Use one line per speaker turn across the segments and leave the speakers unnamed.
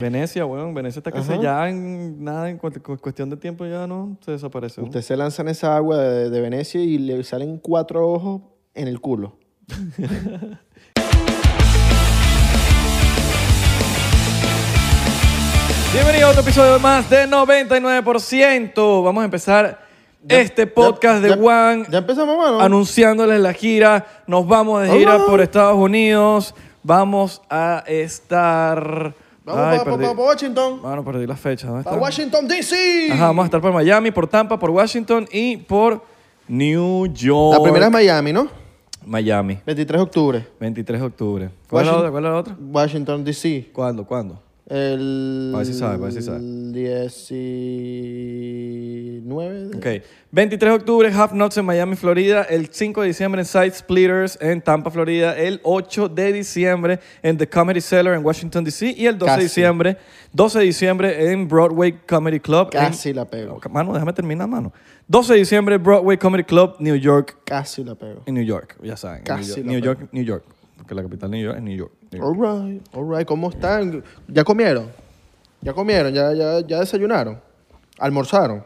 Venecia, weón. Venecia está que
Ajá.
se ya en nada, en cu- cu- cuestión de tiempo ya no se desapareció.
Usted se lanza en esa agua de, de Venecia y le salen cuatro ojos en el culo.
Bienvenido a otro episodio más de 99%. Vamos a empezar
Ya-
este podcast
ya-
de
ya-
Juan
Ya empezamos, mano.
anunciándoles la gira. Nos vamos de gira
Hola.
por Estados Unidos. Vamos a estar.
Vamos
Ay,
pa- pa-
perdí-
pa- pa Washington.
Mano, perdí las fechas. ¿Dónde
Para
está?
Washington, D.C.
Ajá, vamos a estar por Miami, por Tampa, por Washington y por New York.
La primera es Miami, ¿no?
Miami,
23 de octubre.
23 de octubre. ¿Cuál es la
Washington-
otra? ¿Cuál es la otra?
Washington, D.C.
¿Cuándo? ¿Cuándo?
El.
A ver si sabe, a ver si sabe.
19. de-
Ok. 23 de octubre, Half Nuts en Miami, Florida. El 5 de diciembre en Side Splitters en Tampa, Florida. El 8 de diciembre en The Comedy Cellar en Washington, D.C. Y el 12 de
Casi.
diciembre, 12 de diciembre en Broadway Comedy Club. en-
Casi la pego.
Mano, déjame terminar, mano. 12 de diciembre, Broadway Comedy Club, New York.
Casi la pego.
En New York, ya saben. en
Casi la Oh.
New York, New York, New York. Porque la capital de New York es New York. New York.
Alright, alright, ¿cómo están? ¿Ya comieron? ¿Ya comieron? ¿Ya, ya, ya desayunaron? ¿Almorzaron?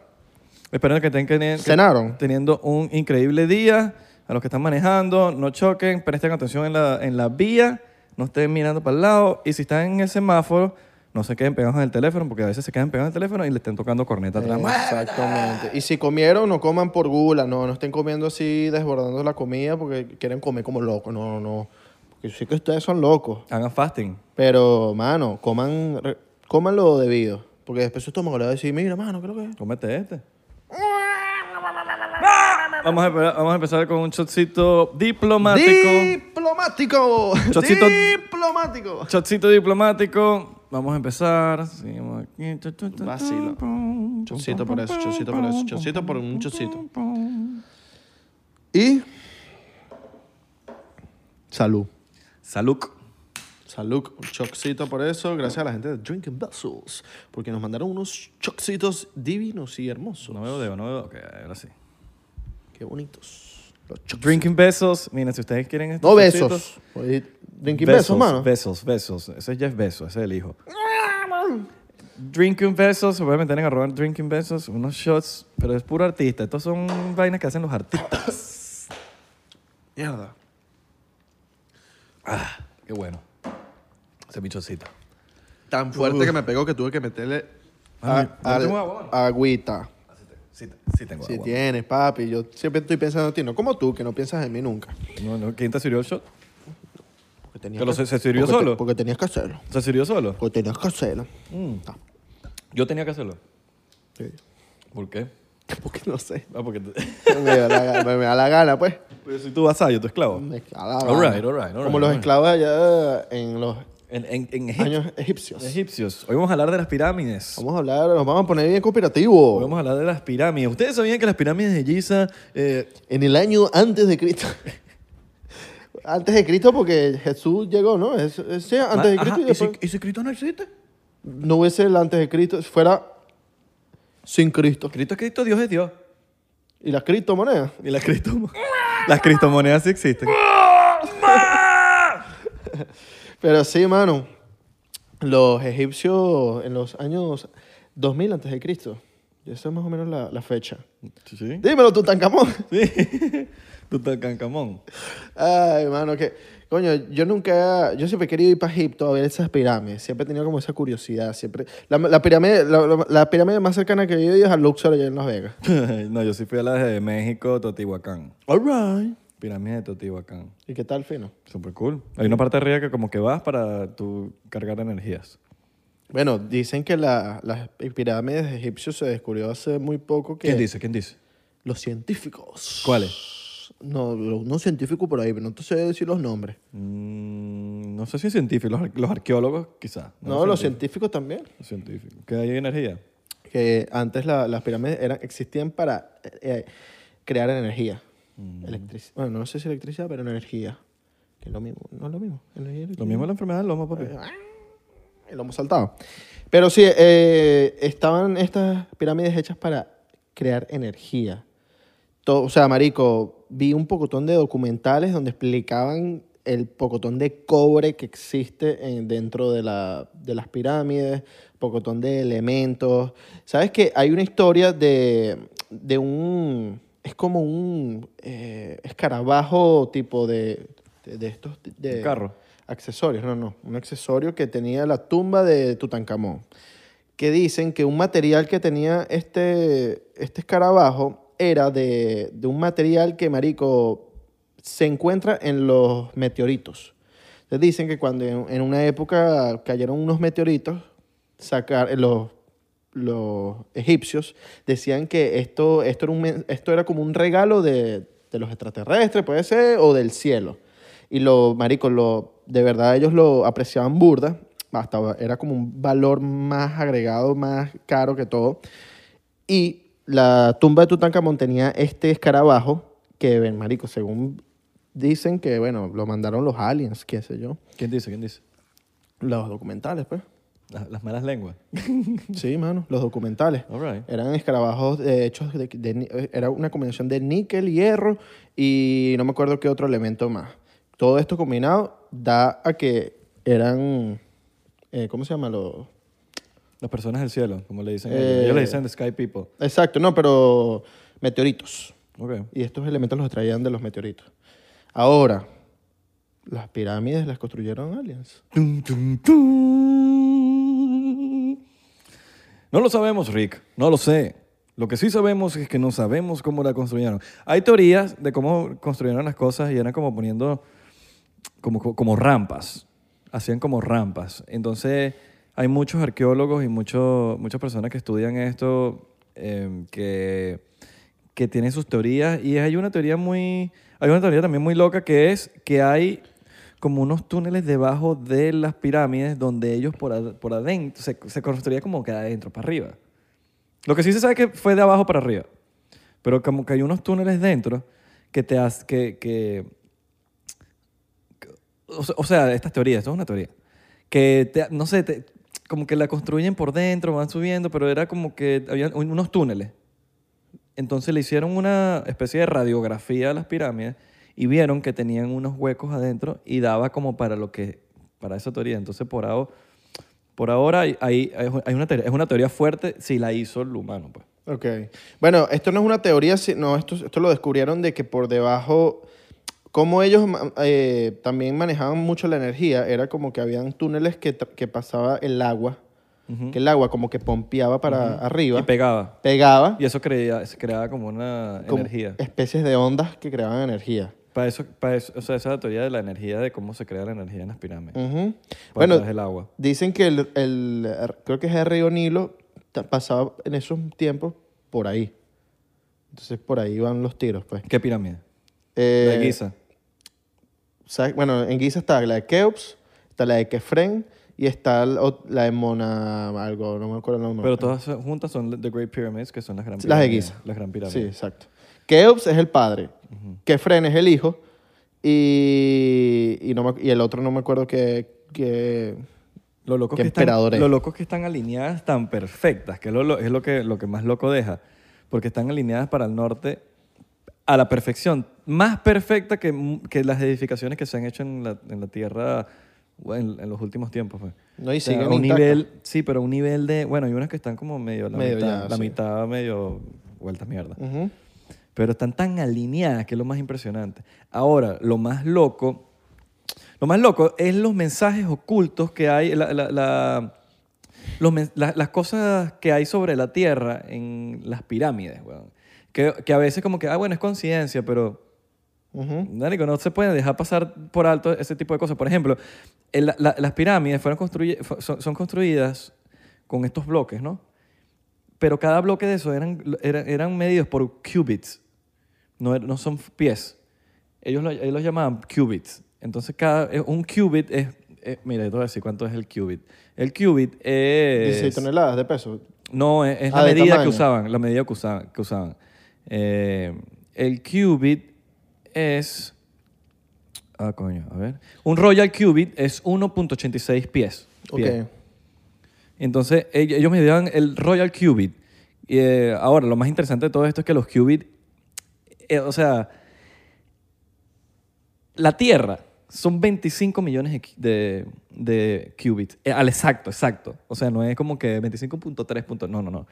Espero que estén teniendo,
¿Cenaron?
teniendo un increíble día. A los que están manejando, no choquen, presten atención en la, en la vía, no estén mirando para el lado. Y si están en el semáforo, no se queden pegados en el teléfono, porque a veces se quedan pegados en el teléfono y le estén tocando corneta atrás.
Eh. Exactamente. Y si comieron, no coman por gula, no, no estén comiendo así, desbordando la comida porque quieren comer como locos. No, no, no. Porque yo sé que ustedes son locos.
Hagan fasting.
Pero, mano, coman, re- coman lo debido. Porque después su estómago le va a decir, mira, mano, creo que.
Cómete este. Vamos a, empe- vamos a empezar con un shotcito diplomático.
Diplomático.
Chocito-
Diplomático.
Chocito diplomático. Vamos a empezar. Seguimos aquí.
Vacilo. Chocito por eso, chocito por eso, chocito por un chocito. Y. Salud.
Salud.
Salud, un chocito por eso. Gracias a la gente de Drinking Vessels, porque nos mandaron unos chocitos divinos y hermosos.
No veo dedo, no veo. Ok, ahora sí.
Qué bonitos. Los choc-
Drinking besos. Miren, si ustedes quieren. estos
No
chocitos,
besos. Oye, Drinking besos, mano.
Besos, besos. Ese es Jeff Besos, ese es el hijo. Drinking besos, se pueden meter en arroba drinking besos, unos shots, pero es puro artista. Estos son vainas que hacen los artistas.
Mierda.
Qué bueno. Ese es mi chocito.
Tan fuerte que me pegó que tuve que meterle
Ah,
a-
no
al-
tengo agua, ¿no?
agüita.
Sí, sí tengo
Si
agua.
tienes, papi. Yo siempre estoy pensando en ti. No como tú, que no piensas en mí nunca.
No, no, ¿Quién te sirvió el shot?
Porque tenías
Pero se- se sirvió
porque te-
solo.
porque tenías que hacerlo.
¿Se sirvió solo?
Porque tenías que hacerlo. Ah,
Yo tenía que hacerlo.
sí.
¿Por qué?
Porque no sé.
Ah, porque te-
me, da la, gana- me da la gana, pues.
Pero soy tu vasallo, tu esclavo.
Me da la
All
gana.
right, all right, all right,
Como los
all right.
esclavos allá en los
En, en, en Egip-
años egipcios.
egipcios. Hoy vamos a hablar de las pirámides.
Vamos a hablar, nos vamos a poner bien cooperativos.
Hoy vamos a hablar de las pirámides. ¿Ustedes sabían que las pirámides de Giza... eh,
En el año antes de Cristo. antes de Cristo porque Jesús llegó, ¿no? Es, es- sí, antes de
Ah, ajá,
Cristo y
¿y si-
después-
¿Y si Cristo no existe?
No hubiese el antes de Cristo, fuera sin Cristo.
Cristo es Cristo, Dios es Dios.
Y las criptomonedas.
Y las, cristomo- las cristomonedas sí existen.
Pero sí, mano. Los egipcios en los años 2000 antes de Cristo. Esa es más o menos la, la fecha.
Sí.
Dímelo, Tutankamón.
Sí. Tutankamón.
Ay, mano, que. Coño, yo nunca. Yo siempre he querido ir para Egipto a ver esas pirámides. Siempre he tenido como esa curiosidad. Siempre. La, la pirámide, la, la- la pirámide más cercana que he ido es a Luxor allá en Las Vegas.
no, yo sí fui a las de México, Totihuacán.
Alright.
Pirámide de Totihuacán.
¿Y qué tal, fino?
Super cool. Hay una parte arriba que como que vas para tú cargar energías.
Bueno, dicen que la- las pirámides egipcias se descubrió hace muy poco que.
¿Quién dice? ¿Quién dice?
Los científicos.
¿Cuáles?
No, unos científicos por ahí, pero no te sé decir los nombres.
Mm, no sé si científicos, los, ar- los arqueólogos quizás.
No, los científicos también.
Los científicos. Que hay energía.
Que antes la- las pirámides eran, existían para eh, eh, crear energía. Electric- bueno, no sé si electricidad, pero energía. Que es lo mismo. No es lo mismo. Energía y
Lo
electricidad.
mismo es la enfermedad del lomo, papi.
Y lo hemos saltado. Pero sí, eh, estaban estas pirámides hechas para crear energía. To- o sea, marico, vi un pocotón de documentales donde explicaban el pocotón de cobre que existe en- dentro de, la, de las pirámides, pocotón de elementos. ¿Sabes que Hay una historia de, de un... Es como un eh, escarabajo tipo de, de, de estos... De,
Un carro.
Accesorios, no, no. Un accesorio que tenía la tumba de Tutankamón que dicen que un material que tenía este, este escarabajo era de, de un material que, marico, se encuentra en los meteoritos. Entonces dicen que cuando en, en una época cayeron unos meteoritos, sacar, los, los egipcios decían que esto, esto, era un men- esto era como un regalo de, de los extraterrestres, puede ser, o del cielo. Y lo, marico, lo, de verdad ellos lo apreciaban burda. Hasta era como un valor más agregado, más caro que todo. Y la tumba de Tutankamón tenía este escarabajo que, ven, marico, según dicen que, bueno, lo mandaron los aliens, qué sé yo.
¿Quién dice? ¿Quién dice?
Los documentales, pues.
La- Las, malas lenguas.
Sí, mano, los documentales.
All right.
Eran escarabajos eh, hechos de, de ni- eh, Era una combinación de níquel, hierro y no me acuerdo qué otro elemento más. Todo esto combinado da a que eran... eh, ¿Cómo se llama? Los...
Las personas del cielo, como le dicen
Eh.
ellos. Ellos le dicen the sky people.
Exacto, no, pero meteoritos.
Ok.
Y estos elementos los traían de los meteoritos. Ahora, las pirámides las construyeron aliens.
Tum, tum, tum. No lo sabemos, Rick. No lo sé. Lo que sí sabemos es que no sabemos cómo la construyeron. Hay teorías de cómo construyeron las cosas y eran como poniendo como, como rampas. Hacían como rampas. Entonces, hay muchos arqueólogos y mucho- muchas personas que estudian esto eh, que, que tienen sus teorías. Y hay una teoría muy. Hay una teoría también muy loca que es que hay como unos túneles debajo de las pirámides donde ellos por, ad- por adentro. Se, se construía como que de adentro para arriba. Lo que sí se sabe que fue de abajo para arriba. Pero como que hay unos túneles dentro que te hacen. Que, que, o se- o sea, estas teorías, esto es una teoría, que te- no sé, te- como que la construyen por dentro, van subiendo, pero era como que había un- unos túneles. Entonces le hicieron una especie de radiografía a las pirámides y vieron que tenían unos huecos adentro y daba como para lo que, para esa teoría. Entonces por ahora, por ahora hay, hay- hay una teoría, es una teoría fuerte si la hizo el humano, pues.
Ok. Bueno, esto no es una teoría, no, esto, esto lo descubrieron de que por debajo, como ellos ma- eh, también manejaban mucho la energía, era como que habían túneles que, tra- que pasaba el agua, que el agua como que pompeaba para arriba,
Y pegaba.
pegaba
Y eso creía, se creaba como una
como
energía.
especies de ondas que creaban energía.
Para eso, para eso, o sea, esa es la teoría de la energía, de cómo se crea la energía en las pirámides.
Ujú.
Por
Bueno,
atrás del agua.
Dicen que el, el- er, creo que es el río Nilo, ta- pasaba en esos tiempos por ahí. Entonces por ahí van los tiros, pues.
¿Qué pirámide?
Eh,
La de Giza.
¿sabes? Bueno, en Giza está la de Keops, está la de Kefren y está la ot- la de Mona algo, no me acuerdo el nombre.
Pero todas juntas son The Great Pyramids, que son las grandes
Las de
pirámides.
Giza.
Las gran
Sí,
pirámides.
exacto. Keops es el padre, Kefren es el hijo y, y, no me- y el otro no me acuerdo que... que
Lo loco
Qué
que están,
emperador es.
lo loco es que están alineadas tan perfectas, que lo- lo- es lo que, lo que más loco deja. Porque están alineadas para el norte a la perfección. Más perfecta que, mu- que las edificaciones que se han hecho en la, en la Tierra bueno, en, en los últimos tiempos. pues.
no, y
O sea,
siguen
a un
intactas.
nivel, sí, pero a un nivel de, bueno, hay unas que están como medio la
Medio
mitad,
ya,
la
sí.
mitad medio vueltas mierda,
Ujú.
pero están tan alineadas que es lo más impresionante. Ahora, lo más loco, lo más loco es los mensajes ocultos que hay, la- la- la- los men- la- las cosas que hay sobre la Tierra en las pirámides, weón. Que, que a veces como que, ah, bueno, es conciencia, pero
Ujú.
Marico, no se puede dejar pasar por alto ese tipo de cosas. Por ejemplo, el- la- las pirámides fueron construye- fu- son, son construidas con estos bloques, ¿no? Pero cada bloque de eso eran, era- eran medidos por cubits, no, er- no son pies. Ellos, lo- ellos los llamaban cubits. Entonces, cada, eh, un cubit es... eh, mira, te voy a decir cuánto es el cubit. El cubit es...
16 toneladas de peso.
No, es, es
Ah,
la
de
medida que
tamaño.
usaban, la medida que usaban. Que usaban. Eh, el qubit es... Ah, coño, a ver. Un Royal Qubit es 1.86 pies.
Ok.
pie. Entonces, ell- ellos me dieron el Royal Qubit. Y, eh, ahora, lo más interesante de todo esto es que los qubits, eh, o sea, la Tierra son 25 millones de, qui- de, de qubits. Eh, al exacto, exacto. O sea, no es como que 25.3 punto- No, no, no.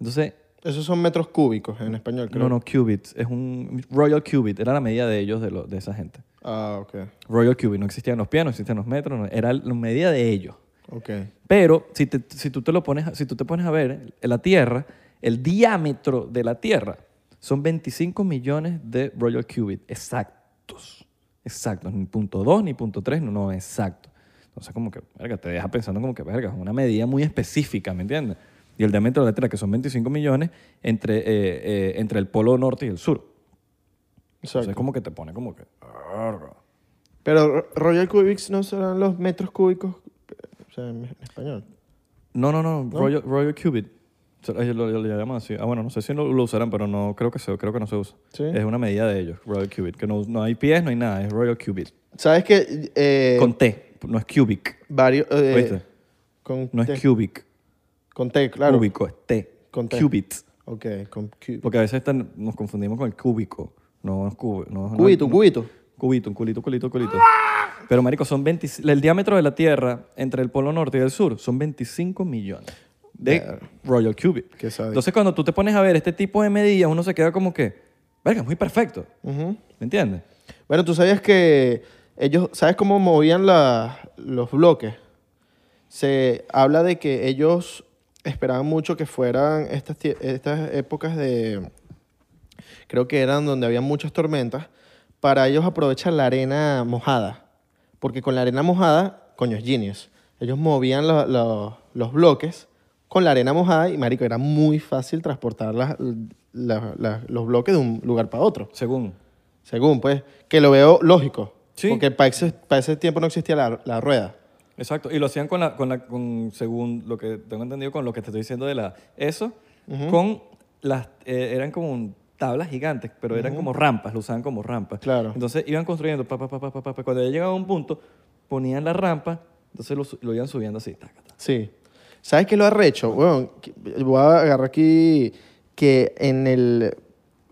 Entonces,
Esos son metros cúbicos en español, creo.
no, no, qubits. Es un Royal Qubit. Era la medida de ellos, de, lo- de esa gente.
Ah, ok.
Royal Qubit. No existían los pies, no existían los metros. no- era la medida de ellos.
Ok.
Pero si, te- si tú te lo pones, a- si tú te pones a ver eh, la Tierra, el diámetro de la Tierra son 25 millones de Royal Cubit exactos. Exactos. Ni punto 2, ni punto 3, no, no, exacto. Entonces, como que, verga, te deja pensando como que, verga, es una medida muy específica, ¿me entiendes? Y el diámetro de la Tierra, que son 25 millones, entre, eh, eh, entre el polo norte y el sur.
Exacto.
Entonces, como que te pone como que, verga.
Pero Ro- Royal Cubics no serán los metros cúbicos eh, o sea, en en español.
No, no, no, Royal, Royal Cubit. Se- ellos Lo, lo- lo llaman así. Ah, bueno, no sé si lo, lo usarán, pero no creo que se, creo que no se usa.
Sí.
Es una medida de ellos, Royal Cubit. Que no, no hay pies, no hay nada, es Royal Cubit.
¿Sabes que eh,
Con T, no es cubic.
varios... eh,
¿Oíste?
con
No
T-
es cubic.
Con T, claro.
Cúbico, es T.
Con T.
Cubit.
Ok, con cu-
Porque a veces tan- nos confundimos con el cúbico. No, es cubo. No, no-
cubito,
no-
cubito.
Cubito, un culito, culito, culito. Pero, marico, son 20, el diámetro de la Tierra entre el polo norte y el sur son 25 millones de Royal Cubit.
Qué sádico.
Entonces, cuando tú te pones a ver este tipo de medidas, uno se queda como que, verga, es muy perfecto.
Ujú.
¿Me entiendes?
Bueno, tú sabías que ellos, ¿sabes cómo movían la- los bloques? Se habla de que ellos esperaban mucho que fueran estas, tie- estas épocas de, creo que eran donde había muchas tormentas, para ellos aprovechar la arena mojada. Porque con la arena mojada, coño, es genius. Ellos movían lo- lo- los bloques con la arena mojada y, marico, era muy fácil transportar las- las- las- los bloques de un lugar para otro.
Según.
Según, pues, que lo veo lógico.
Sí.
Porque para ese, pa' ese tiempo no existía la, la rueda.
Exacto. Y lo hacían con la, con la, con, según lo que tengo entendido, con lo que te estoy diciendo de la, eso, con las, eh, eran como un- tablas gigantes, pero eran como rampas, lo usaban como rampas.
Claro.
Entonces iban construyendo, pa, pa, pa, pa, pa, pa, pa. cuando ya llegaba a un punto, ponían la rampa, entonces lo, su- lo iban subiendo así, taca, taca.
Sí. ¿Sabes qué lo arrecho? Bueno, que- voy a agarrar aquí que en, el,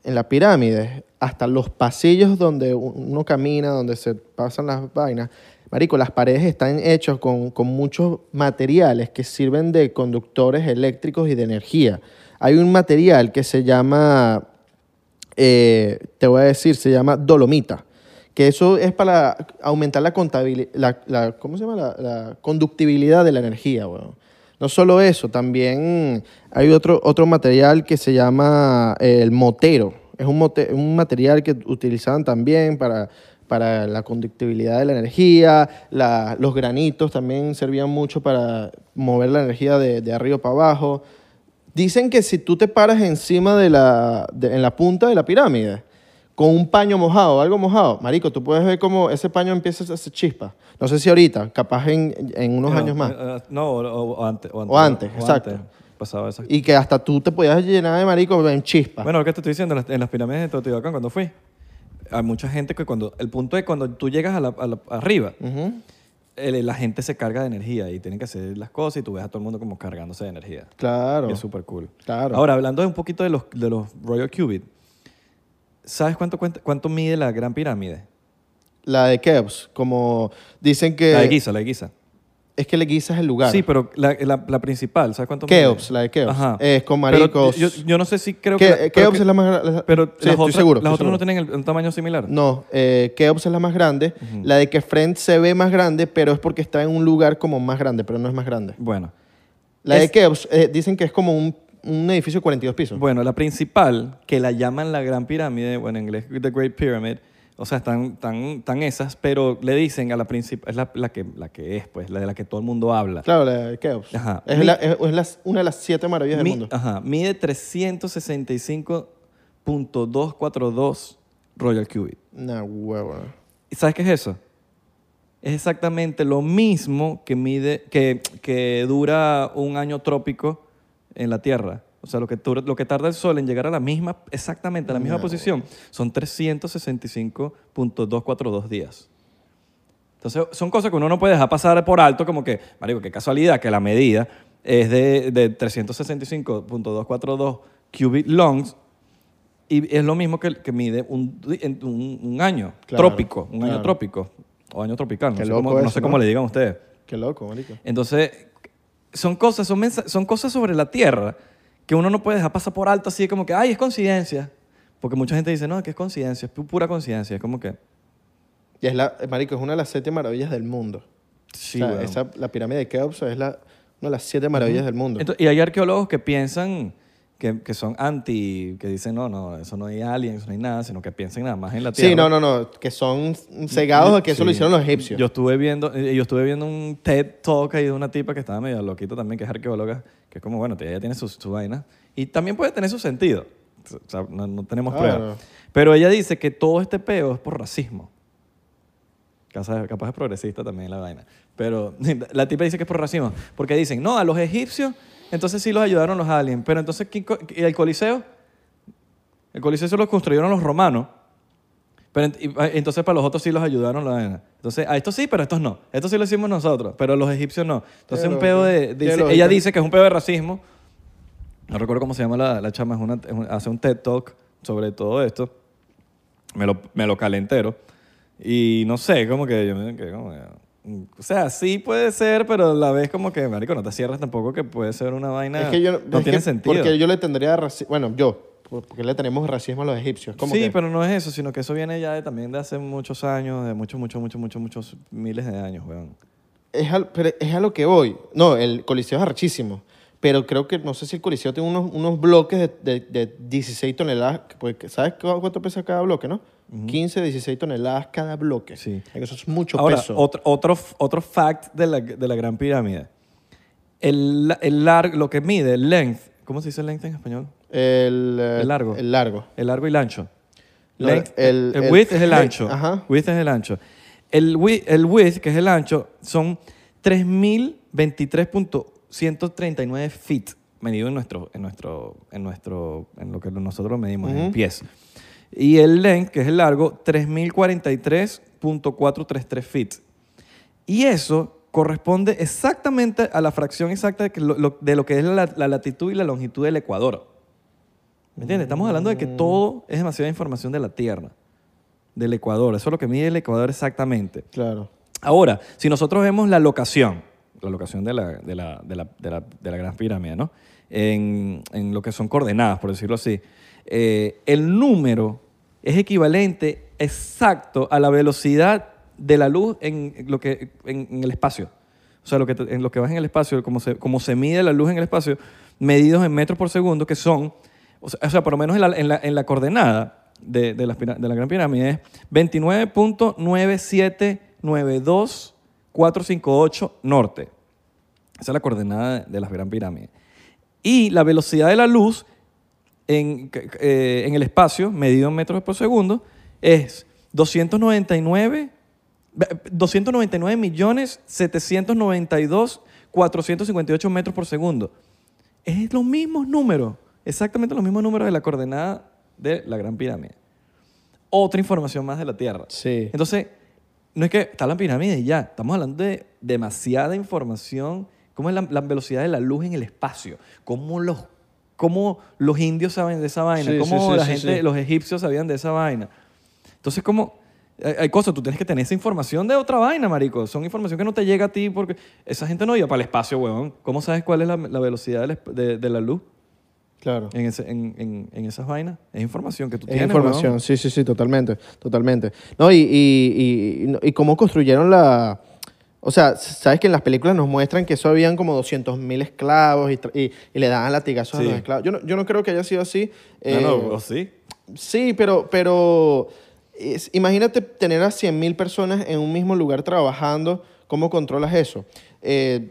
en la pirámide, hasta los pasillos donde uno camina, donde se pasan las vainas, marico, las paredes están hechas con, con muchos materiales que sirven de conductores eléctricos y de energía. Hay un material que se llama eh, te voy a decir, se llama dolomita. Que eso es para aumentar la contabili- la, la- ¿cómo se llama? La, la conductibilidad de la energía, weón. No solo eso, también hay otro, otro material que se llama eh, el motero. Es un, mote- un material que utilizaban también para, para la conductibilidad de la energía. La- los granitos también servían mucho para mover la energía de- de arriba para abajo. Dicen que si tú te paras encima de la, de- en la punta de la pirámide con un paño mojado, algo mojado, marico, tú puedes ver cómo ese paño empieza a hacer chispa. No sé si ahorita, capaz en, en unos
No,
años más.
eh, eh, no, o, o- o antes.
O antes, exacto.
pasaba esas
Y que hasta tú te podías llenar de marico en chispa.
eh. Bueno, lo que te estoy diciendo, en las, en las pirámides de Teotihuacán, cuando fui, hay mucha gente que cuando. El punto es cuando tú llegas a la- a la- arriba,
Ujú.
el- la gente se carga de energía y tienen que hacer las cosas y tú ves a todo el mundo como cargándose de energía.
Claro.
Y es súper cool.
Claro.
Ahora, hablando de un poquito de los, de los Royal Cubit, ¿sabes cuánto, cuenta- cuánto mide la Gran Pirámide?
La de Keops, como dicen que...
la de Giza, la de Giza.
Es que le guisas el lugar.
Sí, pero la, la- la principal, ¿sabes cuánto
Keops,
mide?
la de Keops.
Ajá.
Es con
Pero
maricos.
Yo, yo no sé si creo
Ke-
que... la-
Keops
creo que-
es la más grande.
Pero
sí,
las
estoy
otras,
seguro,
las
estoy
otras no
seguro.
tienen el- un tamaño similar.
No, eh, Keops es la más grande. La de Kefren se ve más grande, pero es porque está en un lugar como más grande, pero no es más grande.
Bueno.
La de
Es-
Keops eh, dicen que es como un, un edificio de 42 pisos.
Bueno, la principal, que la llaman la Gran Pirámide, bueno, en inglés The Great Pyramid, o sea, están, tan tan esas, pero le dicen a la principal, es la, la que, la que es, pues, la de la que todo el mundo habla.
Claro, la de Keops.
Ajá.
Es,
Mi-
la- es- es las- una de las siete maravillas
Mi- ah.
del mundo.
ajá, mide 365.242 Royal Cubit.
Una huevona.
¿Y sabes qué es eso? Es exactamente lo mismo que mide, que, que dura un año trópico en la Tierra. O sea, lo que, tura- lo que tarda el Sol en llegar a la misma, exactamente a la misma
No.
posición, son 365.242 días. Entonces, son cosas que uno no puede dejar pasar por alto, como que, marico, qué casualidad que la medida es de, de 365.242 cubic longs y es lo mismo que, que mide un, di- en- un, un año
Claro,
trópico, un año
claro.
trópico. o año tropical, no
Qué
sé,
loco
cómo, no
eso,
sé
¿no?
cómo le digan ustedes.
Qué loco, marico.
Entonces, son cosas, son, mensa- son cosas sobre la tierra que uno no puede dejar pasar por alto así como que, ay, es coincidencia. Porque mucha gente dice, no, que es coincidencia, es pu- pura coincidencia. Es como que,
Y es la, eh, marico, es una de las siete maravillas del mundo.
sí,
o sea,
weón.
esa- la pirámide de Keops es la, una de las siete maravillas del mundo.
Ento- y hay arqueólogos que piensan que, que son anti, que dicen, no, no, eso no hay aliens, no hay nada, sino que piensan nada más en la tierra.
sí, no, no, no, que son cegados a que
Sí.
eso lo hicieron los egipcios.
Yo estuve viendo, eh, yo estuve viendo un TED Talk ahí de una tipa que estaba medio loquita también, que es arqueóloga, que es como, bueno, ella tiene su, su vaina. Y también puede tener su sentido. O sea, no, no tenemos
Claro.
pruebas. Pero ella dice que todo este peo es por racismo. Capaz, capaz es progresista también la vaina. Pero la tipa dice que es por racismo. Porque dicen, no, a los egipcios, entonces sí los ayudaron los aliens. Pero entonces, ¿quién co- ¿y el Coliseo? El Coliseo se lo construyeron los romanos. Pero ent- y- ah, entonces para los otros sí los ayudaron la vaina. Entonces, a estos sí, pero a estos no. Estos sí lo hicimos nosotros, pero los egipcios no. Entonces,
Qué
un peo de...
lógica.
dice-
Qué lógica.
ella dice que es un peo de racismo. No recuerdo cómo se llama la, la chama. es una- es un- hace un TED Talk sobre todo esto. Me lo, me lo calentero. Y no sé, como que yo me quedé como que, mm, O sea, sí puede ser, pero a la vez como que, marico, no te cierras tampoco que puede ser una vaina...
es que yo,
no
es
tiene
que-
sentido.
Porque yo le tendría racismo, bueno, yo, por- porque le tenemos racismo a los egipcios. Como
Sí,
que-
pero no es eso, sino que eso viene ya de- también de hace muchos años, de muchos, muchos, muchos, muchos, muchos miles de años, weón.
Es a, pero es a lo que voy. No, el coliseo es archísimo. Pero creo que, no sé si el coliseo tiene unos, unos bloques de, de- de 16 toneladas. que- Porque, ¿Sabes cu- cuánto pesa cada bloque, no? 15, 16 toneladas cada bloque.
Sí.
Eso es mucho
Ahora,
peso.
Otro, otro, f- otro fact de la, de la Gran Pirámide. El, la- el largo, lo que mide, el length, ¿cómo se dice length en español?
El, eh,
El largo.
El largo.
El largo y el ancho.
No,
Length-
el-
el,
el-
width es el ancho.
Ajá.
Width es el ancho. El, wi- el width, que es el ancho, son 3023.139 feet medido en nuestro, en nuestro, en nuestro, en lo que nosotros medimos, en
Ujú.
pies. Y el length, que es el largo, 3043.433 feet. Y eso corresponde exactamente a la fracción exacta de que lo, lo- de lo que es la, la latitud y la longitud del Ecuador. ¿Me entiendes? Estamos hablando de que todo es demasiada información de la Tierra, del Ecuador. Eso es lo que mide el Ecuador exactamente.
Claro.
Ahora, si nosotros vemos la locación, la locación de la, de la, de la, de la- de la Gran Pirámide, ¿no? En, en lo que son coordenadas, por decirlo así, eh, el número es equivalente exacto a la velocidad de la luz en, lo que, en, en el espacio. O sea, lo que, te- en lo que vas en el espacio, como se, como se mide la luz en el espacio, medidos en metros por segundo, que son, o sea, o sea, por lo menos en la, en la- en la coordenada de, de las pira- de la Gran Pirámide es 29.9792458 norte. Esa es la coordenada de, de las Gran Pirámides. Y la velocidad de la luz en, c- c- eh, en el espacio, medido en metros por segundo, es 299, ve- 299 millones 792 458 metros por segundo. Es los mismos números, exactamente los mismos números de la coordenada de la Gran Pirámide. Otra información más de la Tierra.
Sí.
Entonces, no es que está la pirámide y ya, estamos hablando de demasiada información. ¿Cómo es la, la velocidad de la luz en el espacio? ¿Cómo los, cómo los indios saben de esa vaina?
Sí,
¿Cómo
sí, sí,
la
sí,
gente,
sí.
los egipcios sabían de esa vaina? Entonces, como hay, hay cosas, tú tienes que tener esa información de otra vaina, marico. Son información que no te llega a ti porque esa gente no iba para el espacio, huevón. ¿Cómo sabes cuál es la, la velocidad del esp- de, de la luz
Claro.
en, ese- en- en- en esas vainas? Es información que tú
Es
tienes,
información,
huevón.
sí, sí, sí, totalmente, totalmente. No, y, y, y- y cómo construyeron la... O sea, sabes que en las películas nos muestran que eso habían como 200.000 esclavos y, tra- y- y le daban latigazos
Sí.
a los esclavos. Yo no, yo no creo que haya sido así. eh,
No, no, o sí.
Sí, pero, pero es- imagínate tener a 100.000 personas en un mismo lugar trabajando. ¿Cómo controlas eso? Eh,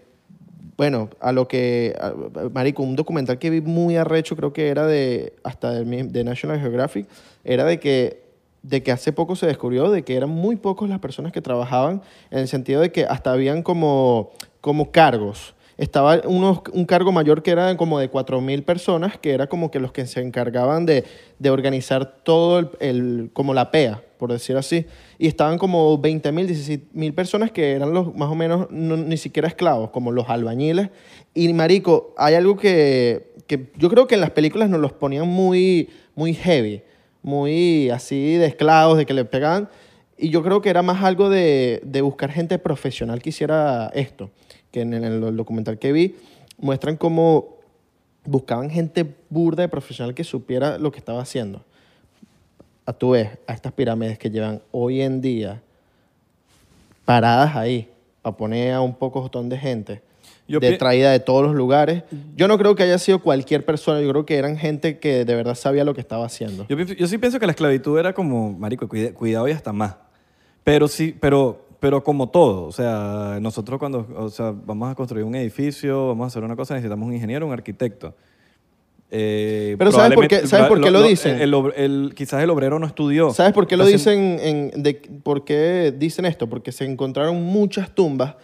bueno, a lo que, a- a- Marico, un documental que vi muy arrecho, creo que era de, hasta del mi- de National Geographic, era de que, de que hace poco se descubrió de que eran muy pocos las personas que trabajaban, en el sentido de que hasta habían como, como cargos. Estaba unos, un cargo mayor que era como de 4.000 personas, que era como que los que se encargaban de, de organizar todo el, el- como la PEA, por decir así. Y estaban como 20.000, 16.000 personas que eran los más o menos no- ni siquiera esclavos, como los albañiles. Y marico, hay algo que, que yo creo que en las películas nos los ponían muy, muy heavy, muy así de esclavos, de que le pegaban. Y yo creo que era más algo de, de buscar gente profesional que hiciera esto, que en el, en el documental que vi muestran cómo buscaban gente burda de profesional que supiera lo que estaba haciendo. A tu vez, a estas pirámides que llevan hoy en día paradas ahí, para poner a un poco jotón de gente,
Yo
de
pi- Mm.
traída de todos los lugares. Yo no creo que haya sido cualquier persona, yo creo que eran gente que de verdad sabía lo que estaba haciendo.
Yo, pi- yo sí pienso que la esclavitud era como, marico, cuide- cuidado y hasta más. Pero sí, pero, pero como todo, o sea, nosotros cuando, o sea, vamos a construir un edificio, vamos a hacer una cosa, necesitamos un ingeniero, un arquitecto. Eh,
Pero ¿sabes por qué-
probablemente-
sabes por qué lo dicen?
El, obre- el- quizás el obrero no estudió.
¿Sabes por qué lo
Entonces,
dicen? en- de, ¿Por qué dicen esto? Porque se encontraron muchas tumbas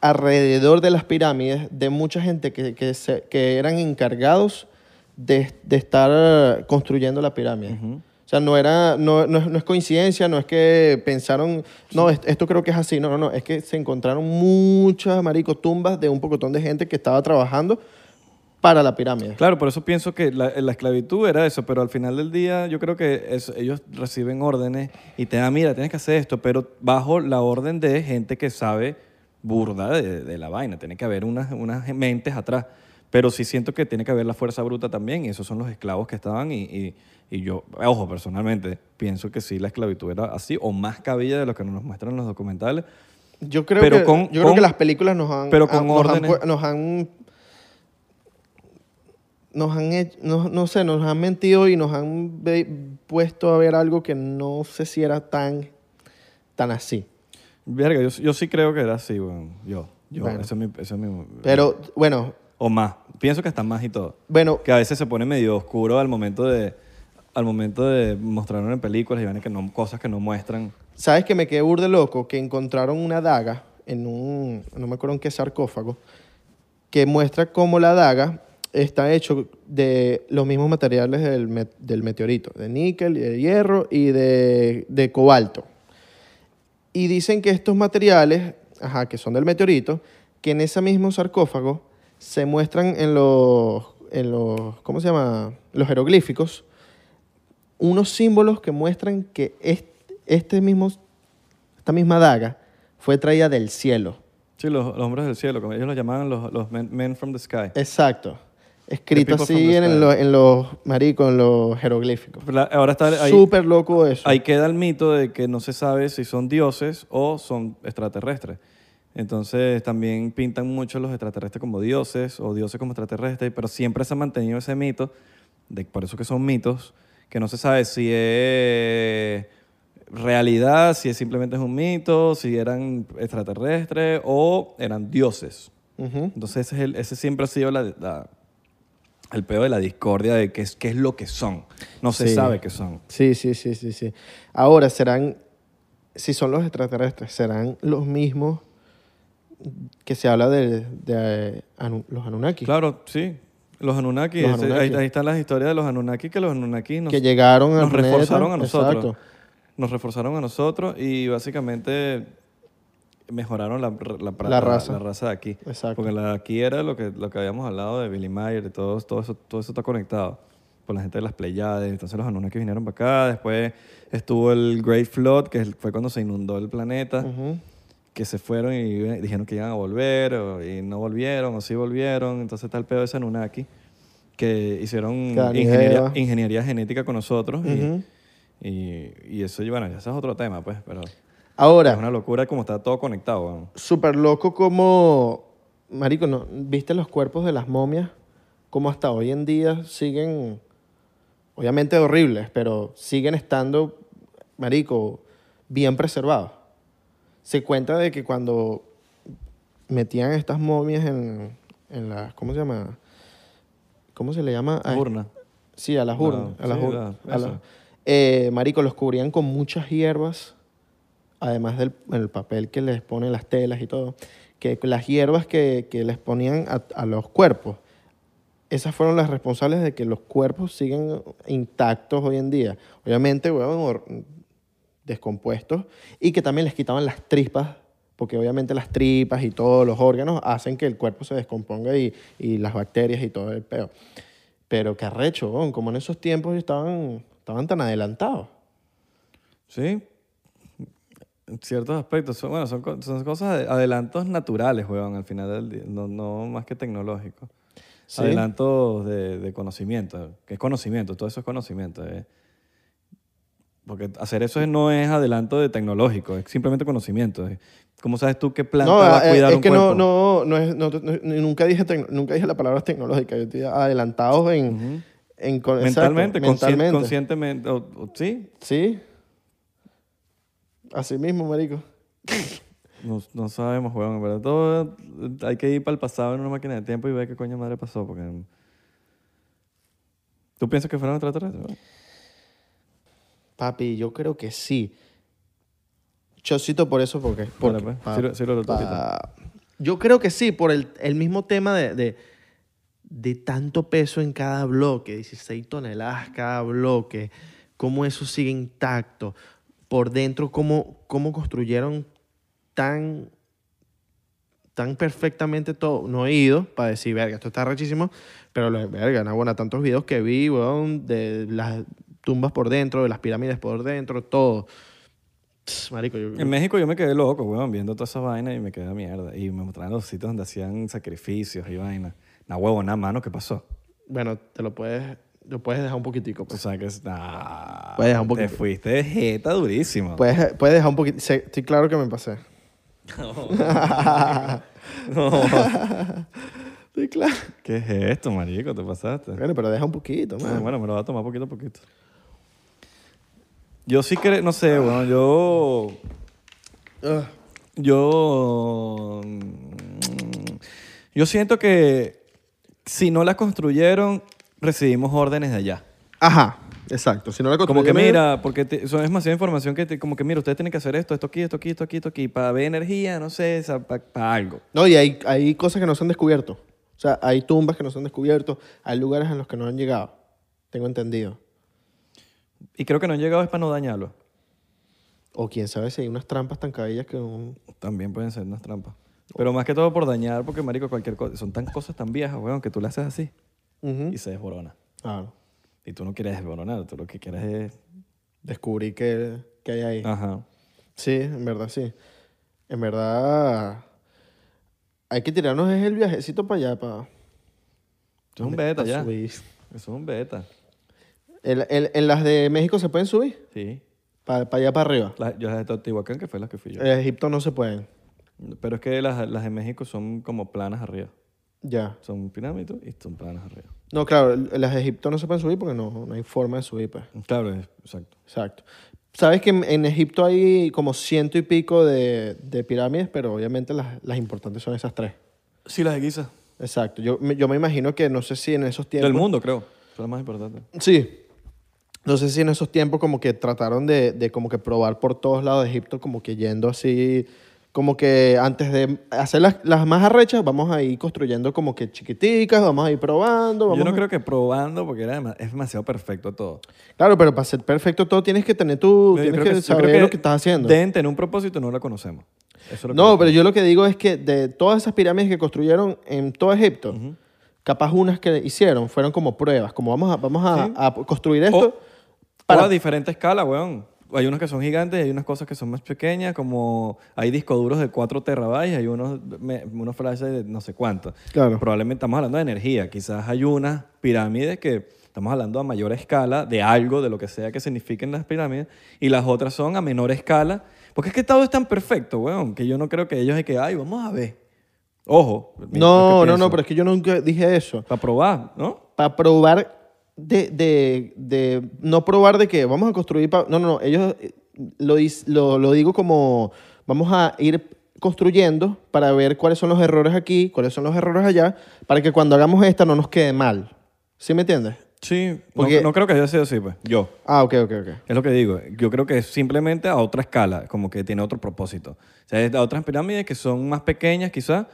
alrededor de las pirámides de mucha gente que, que se- que eran encargados de, de estar eh, construyendo la pirámide. O sea, no, era, no, no es, no es coincidencia, no es que pensaron, no, es- esto creo que es así. No, no, no, es que se encontraron muchas, marico, tumbas de un pocotón de gente que estaba trabajando para la pirámide.
Claro, por eso pienso que la, la esclavitud era eso, pero al final del día yo creo que es- ellos reciben órdenes y te dan, mira, tienes que hacer esto, pero bajo la orden de gente que sabe burda de, de la vaina, tiene que haber unas, unas mentes atrás, pero sí siento que tiene que haber la fuerza bruta también, y esos son los esclavos que estaban, y, y- y yo, ojo, personalmente, pienso que sí, la esclavitud era así, o más cabilla de lo que nos muestran los documentales,
Yo creo,
Pero
que,
con-
yo creo
con-
que las películas nos han.
pero con
han- nos han
órdenes.
pu- Nos han. Nos han hecho- no, no sé, nos han mentido y nos han ve- puesto a ver algo que no sé si era tan, tan así.
verga, yo, yo sí creo que era así, weón. yo, yo,
Bueno.
eso es mi- eso es mi-
Pero bueno,
o más, pienso que hasta más y todo.
bueno,
que a veces se pone medio oscuro al momento de al momento de mostrarlo en películas y van que no, cosas que no muestran.
¿sabes que me quedé burde loco? Que encontraron una daga en un, no me acuerdo en qué sarcófago, que muestra cómo la daga está hecho de los mismos materiales del, me- del meteorito, de níquel, y de hierro y de, de cobalto. Y dicen que estos materiales, ajá, que son del meteorito, que en ese mismo sarcófago se muestran en los, en los ¿cómo se llama? Los jeroglíficos, unos símbolos que muestran que este, este mismo, esta misma daga fue traída del cielo.
Sí, los, los hombres del cielo, como ellos los llamaban los, los men, men from the sky.
Eh, Exacto. Escrito
people from
así
the sky.
en, lo- en los maricos, en los jeroglíficos.
La- ahora está ahí,
Súper loco eso.
ahí queda el mito de que no se sabe si son dioses o son extraterrestres. Entonces también pintan mucho los extraterrestres como dioses o dioses como extraterrestres, pero siempre se ha mantenido ese mito, de, por eso que son mitos, que no se sabe si es realidad, si es simplemente es un mito, si eran extraterrestres o eran dioses.
Ujú.
Entonces ese, es el- ese siempre ha sido la, la- el peor de la discordia de qué es, qué es lo que son. No se
Sí.
sabe qué son.
Sí, sí, sí, sí, sí. Ahora serán, si son los extraterrestres, serán los mismos que se habla de, de Anu- los Anunnaki.
Claro, sí. Los Anunnaki.
Los
ese- ahí-
Anunnaki.
Ahí, están las historias de los Anunnaki, que los Anunnaki nos,
que llegaron al
nos
planeta.
reforzaron a nosotros.
Exacto.
Nos reforzaron a nosotros y básicamente mejoraron la, la, pra-
La raza.
la raza de aquí.
Exacto.
Porque la de aquí era lo que, lo que habíamos hablado de Billy Mayer, de todo, todo, eso, todo eso está conectado. Por la gente de las Pleiades. Entonces los Anunnaki vinieron para acá. Después estuvo el Great Flood, que fue cuando se inundó el planeta
Ujú.
que se fueron y dijeron que iban a volver o- y no volvieron o sí volvieron. Entonces está el pedo de ese Anunnaki que hicieron
Adán y
ingeniería,
Eva.
ingeniería genética con nosotros y-
Ujú.
y, y eso, y bueno, ese es otro tema, pues, pero
Ahora.
es una locura como está todo conectado. weón.
súper loco como, marico, ¿no? ¿viste los cuerpos de las momias? Como hasta hoy en día siguen, obviamente horribles, pero siguen estando, marico, bien preservados. Se cuenta de que cuando metían estas momias en, en las, ¿cómo se llama? ¿Cómo se le llama? A-
Urna.
Sí, a las urnas.
No,
a las
sí,
urnas,
la-
a la-
eso.
Eh, marico, los cubrían con muchas hierbas, además del el papel que les ponen las telas y todo, que las hierbas que, que les ponían a, a los cuerpos, esas fueron las responsables de que los cuerpos siguen intactos hoy en día. Obviamente, huevón, hor- descompuestos y que también les quitaban las tripas, porque obviamente las tripas y todos los órganos hacen que el cuerpo se descomponga y, y las bacterias y todo el peo. Pero qué arrecho, weón, como en esos tiempos estaban, estaban tan adelantados.
Sí. en ciertos aspectos, son, bueno, son, co- son cosas, de- adelantos naturales, weón, al final del día, no, no más que tecnológicos.
Sí.
Adelantos de, de conocimiento, que es conocimiento, todo eso es conocimiento. eh. Porque hacer eso no es adelanto de tecnológico, es simplemente conocimiento. eh. ¿Cómo sabes tú qué planta
No,
va a
eh,
cuidar
es
un
que
cuerpo?
no, no, no es, no- no- nunca, dije tec- nunca dije la palabra tecnológica, yo estoy adelantado en...
Ujú.
en con- exacto,
Mentalmente, consci-
mentalmente.
conscientemente, o- o- sí,
Sí. Así mismo, marico.
No, no sabemos, weón. En verdad, todo eh, hay que ir para el pasado en una máquina de tiempo y ver qué coño madre pasó. Porque... mm, ¿Tú piensas que fueron extraterrestres? weón?
Papi, yo creo que sí. Yo cito por eso porque... porque
Dale, pues.
pa-
Sírvelo- sírvelo tú
pa- yo creo que sí, por el, el mismo tema de, de, de tanto peso en cada bloque, 16 toneladas cada bloque, cómo eso sigue intacto, por dentro, cómo, cómo construyeron tan, tan perfectamente todo. No he ido para decir, verga, esto está rechísimo, pero lo verga, no, bueno, tantos videos que vi, weón, de las tumbas por dentro, de las pirámides por dentro, todo. Pss, Marico, yo,
En México yo me quedé loco, weón, viendo todas esas vainas y me quedé a mierda. Y me mostraron los sitios donde hacían sacrificios y vainas. Nah, huevo, nada, mano, ¿qué pasó?
Bueno, te lo puedes, lo puedes dejar un poquitico.
Tú
pues.
sabes que es. nah,
Puedes dejar Pues,
Te
un poquito. Pues.
fuiste de jeta durísimo.
Puedes, puedes dejar un poquitico. Estoy claro que me pasé.
No,
Estoy claro.
¿Qué es esto, marico? ¿Te pasaste?
Bueno, pero deja un poquito,
Ah,
man.
bueno, me lo va a tomar poquito a poquito. Yo sí que, no sé, bueno, yo,
Ugh.
yo, mm, yo siento que si no la construyeron, recibimos órdenes de allá.
Ajá, exacto. Si no la
Como que
construyes-
mira, porque te- eso es demasiada información que te- como que mira, ustedes tienen que hacer esto, esto aquí, esto aquí, esto aquí, esto aquí, para ver energía, no sé, para algo.
No, y hay, hay cosas que no se han descubierto. O sea, hay tumbas que no se han descubierto. Hay lugares en los que no han llegado. Tengo entendido.
Y creo que no han llegado es para no dañarlo.
O quién sabe si hay unas trampas tan cabellas que un-
También pueden ser unas trampas. Pero más que todo por dañar, porque marico, cualquier cosa, son tan cosas tan viejas, weón, que tú le haces así
Ujú.
y se desborona.
Claro.
Y tú no quieres desboronar, tú lo que quieres es...
Descubrí que, que hay ahí.
Ajá.
Sí, en verdad sí. En verdad. Hay que tirarnos es el viajecito para allá, para.
Eso es un beta
pa'
ya. Eso
subir.
es un beta.
El- el- en las de México se pueden subir,
Sí.
para allá para arriba.
La- yo las de Teotihuacán, que fue las que fui yo.
En Egipto no se pueden.
Pero es que las, las de México son como planas arriba.
Ya.
Son pirámides y son planas arriba.
No, claro, el- las de Egipto no se pueden subir porque no, no hay forma de subir, pues.
Claro, es- exacto.
Exacto. Sabes que en, en Egipto hay como ciento y pico de, de pirámides, pero obviamente las, las importantes son esas tres.
Sí, las de Giza.
Exacto. Yo, me- yo me imagino que no sé si en esos tiempos.
Del mundo, creo. Son las más importantes.
Sí. No sé si en esos tiempos como que trataron de, de como que probar por todos lados de Egipto, como que yendo así, como que antes de hacer las, las más arrechas, vamos a ir construyendo como que chiquiticas, vamos a ir probando. Vamos
Yo no
a-
creo que probando, porque era dema- es demasiado perfecto todo.
Claro, pero para ser perfecto todo tienes que tener tu,
Yo
tienes
creo
que,
yo
saber
creo
lo que estás haciendo.
Deben tener un propósito y no lo conocemos. Eso es lo que
No, pero yo lo que digo es que de todas esas pirámides que construyeron en todo Egipto, capaz unas que hicieron fueron como pruebas, como vamos a, vamos a,
Sí. Oh,
a construir esto.
O a diferente escala, weón. Hay unos que son gigantes y hay unas cosas que son más pequeñas, como hay discos duros de 4 terabytes, hay unos, me- unos flashes de no sé cuánto.
Claro.
Probablemente estamos hablando de energía. Quizás hay unas pirámides que estamos hablando a mayor escala de algo, de lo que sea que signifiquen las pirámides, y las otras son a menor escala. Porque es que todo es tan perfecto, weón, que yo no creo que ellos hay que, ay, vamos a ver. Ojo.
No, no, no, pero es que yo nunca dije eso.
Para probar, ¿no?
Para probar de, de, de- No probar de que vamos a construir... pa- no, no, no. Ellos eh, lo, dis- lo, lo digo como... Vamos a ir construyendo para ver cuáles son los errores aquí, cuáles son los errores allá, para que cuando hagamos esta no nos quede mal. ¿Sí me entiendes?
Sí, no-
Porque-
no, creo que haya sido así, pues. Yo.
Ah, ok, ok, ok.
Es lo que digo. Yo creo que es simplemente a otra escala, como que tiene otro propósito. O sea, es de otras pirámides que son más pequeñas, quizás,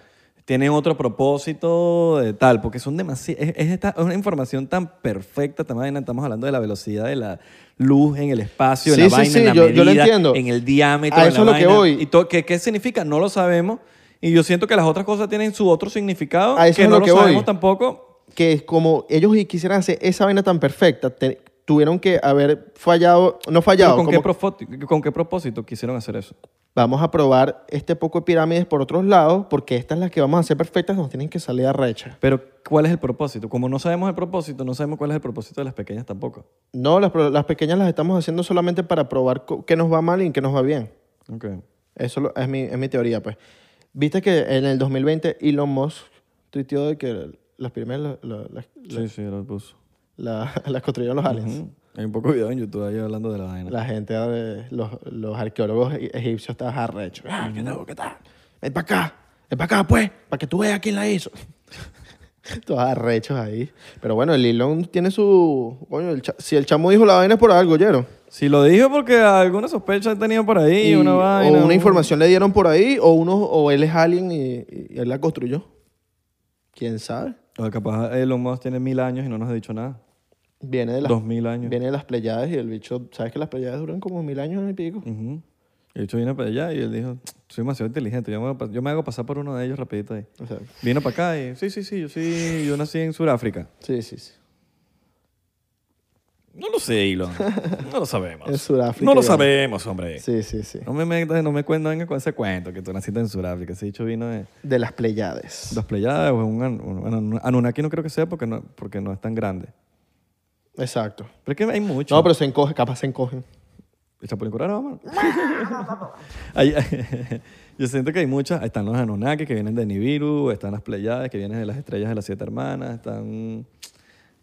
tienen otro propósito de tal, porque son demasiado. Es, es esta- es una información tan perfecta, tan vaina. Estamos hablando de la velocidad de la luz en el espacio,
Sí,
en la
sí,
vaina,
sí,
en la
yo- yo lo
medida,
entiendo.
en el diámetro.
A
en
eso
la
es lo que
vaina.
voy.
¿Y todo- qué, qué significa? No lo sabemos. Y yo siento que las otras cosas tienen su otro significado,
A eso
que
es
no
lo
lo
que voy.
sabemos tampoco.
que es como ellos y quisieran hacer esa vaina tan perfecta, te- tuvieron que haber fallado, no
Pero
fallado,
¿con,
como
qué profoti- ¿Con qué propósito quisieron hacer eso?
Vamos a probar este poco de pirámides por otros lados, porque estas las que vamos a hacer perfectas nos tienen que salir a recha.
Pero, ¿cuál es el propósito? Como no sabemos el propósito, no sabemos cuál es el propósito de las pequeñas tampoco.
No, las, pro- las pequeñas las estamos haciendo solamente para probar co- qué nos va mal y qué nos va bien.
Ok.
Eso lo- es, mi, es mi teoría, pues. Viste que en el 2020 Elon Musk tuiteó de que las primeras la- la- la-
Sí, sí, lo puso.
la- las construyeron los aliens.
Ujú. Hay un poco de video en YouTube ahí hablando de Mm. la vaina.
La gente, eh, los, los arqueólogos e- egipcios estaban arrechos. Ah, ¿Qué tal? ¿Qué tal? Ven para acá, ven para acá, pues, para que tú veas quién la hizo. Todos arrechos ahí. Pero bueno, el Elon tiene su... Coño, el cha- si el chamo dijo la vaina es por algo, ¿oyeron?
Si lo dijo porque alguna sospecha han tenido por ahí,
Y-
una vaina.
o
un-
una información le dieron por ahí, o uno, o él es alien y, y él la construyó. ¿Quién sabe?
O Ah, capaz Elon Musk tiene mil años y no nos ha dicho nada.
Viene de las,
Dos mil años.
viene de las Pleiades y el bicho, ¿sabes que las Pleiades duran como mil años y pico?
Ujú. Y de hecho vino para allá y él dijo, soy demasiado inteligente, yo me, voy a pas- yo me hago pasar por uno de ellos rapidito ahí.
O sea,
Vino para acá y, sí, sí, sí, yo sí, yo nací en Sudáfrica.
sí, sí, sí.
No lo sé, Elon. No lo sabemos.
En Sudáfrica.
no lo
ya.
sabemos, hombre.
Sí, sí, sí.
No me metas, no me cuentas venga con ese cuento que tú naciste en Sudáfrica. Ese dicho vino de
De las Pleiades.
dos pleyadas o un, an- un- bueno, un Anunnaki no creo que sea porque no, porque no es tan grande.
Exacto.
Pero es que hay mucho.
No, pero se encoge, capaz se encogen.
El Chapulín Colorado, mano. Hay- yo siento que hay muchas. Están los Anunnaki que vienen de Nibiru, están las Pleiades que vienen de las estrellas de las siete hermanas, están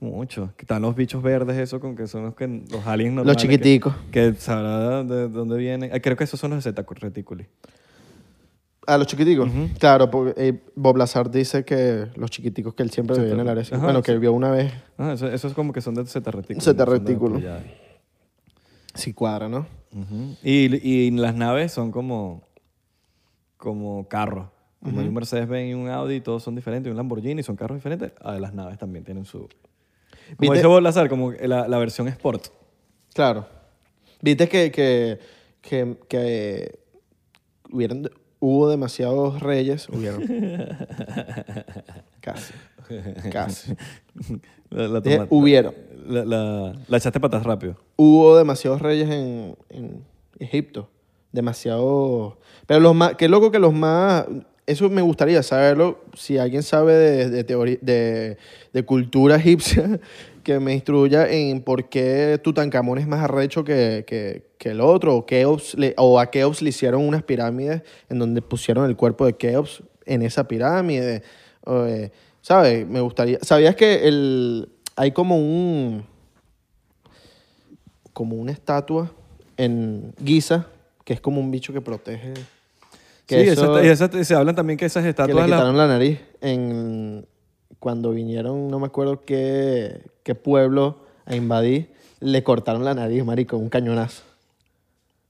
muchos. Están los bichos verdes, eso con que son los que los aliens normales.
Los
que-
chiquiticos.
Que, sabrá de dónde vienen. Ay, creo que esos son los Zeta Reticuli.
Ah, los chiquiticos. Claro, porque eh, Bob Lazar dice que los chiquiticos que él siempre veía en el área.
Ajá,
bueno, que vio una vez.
Ah, eso, eso es como que son de Zeta Reticuli.
Zeta
no son de las
Reticuli.
Pleiades.
Sí cuadra, ¿no?
Ujú. y, y las naves son como, como carros. Como hay un Mercedes-Benz y un Audi, todos son diferentes. Y un Lamborghini, son carros diferentes. Ah, las naves también tienen su... Como
¿Viste?
dice Bob Lazar, como la, la versión Sport.
Claro. Viste que, que, que, que hubieron, hubo demasiados reyes. Hubieron. Casi. Casi.
La, la,
Dije,
toma-
hubieron.
la, la- la echaste patas rápido.
Hubo demasiados reyes en, en Egipto. Demasiados. Pero los más. Qué loco que los más. Eso me gustaría saberlo. Si alguien sabe de, de, teori- de, de cultura egipcia, que me instruya en por qué Tutankamón es más arrecho que, que, que el otro. O, Keops le- o a Keops le hicieron unas pirámides en donde pusieron el cuerpo de Keops en esa pirámide. o, eh, ¿Sabes? Me gustaría. ¿Sabías que el, hay como un como una estatua en Giza, que es como un bicho que protege. Que
sí,
eso-
esas- y esas- y se hablan también que esas
que le
estatuas... las-
quitaron la nariz en, cuando vinieron, no me acuerdo qué, qué pueblo a invadir, le cortaron la nariz, marico, un cañonazo.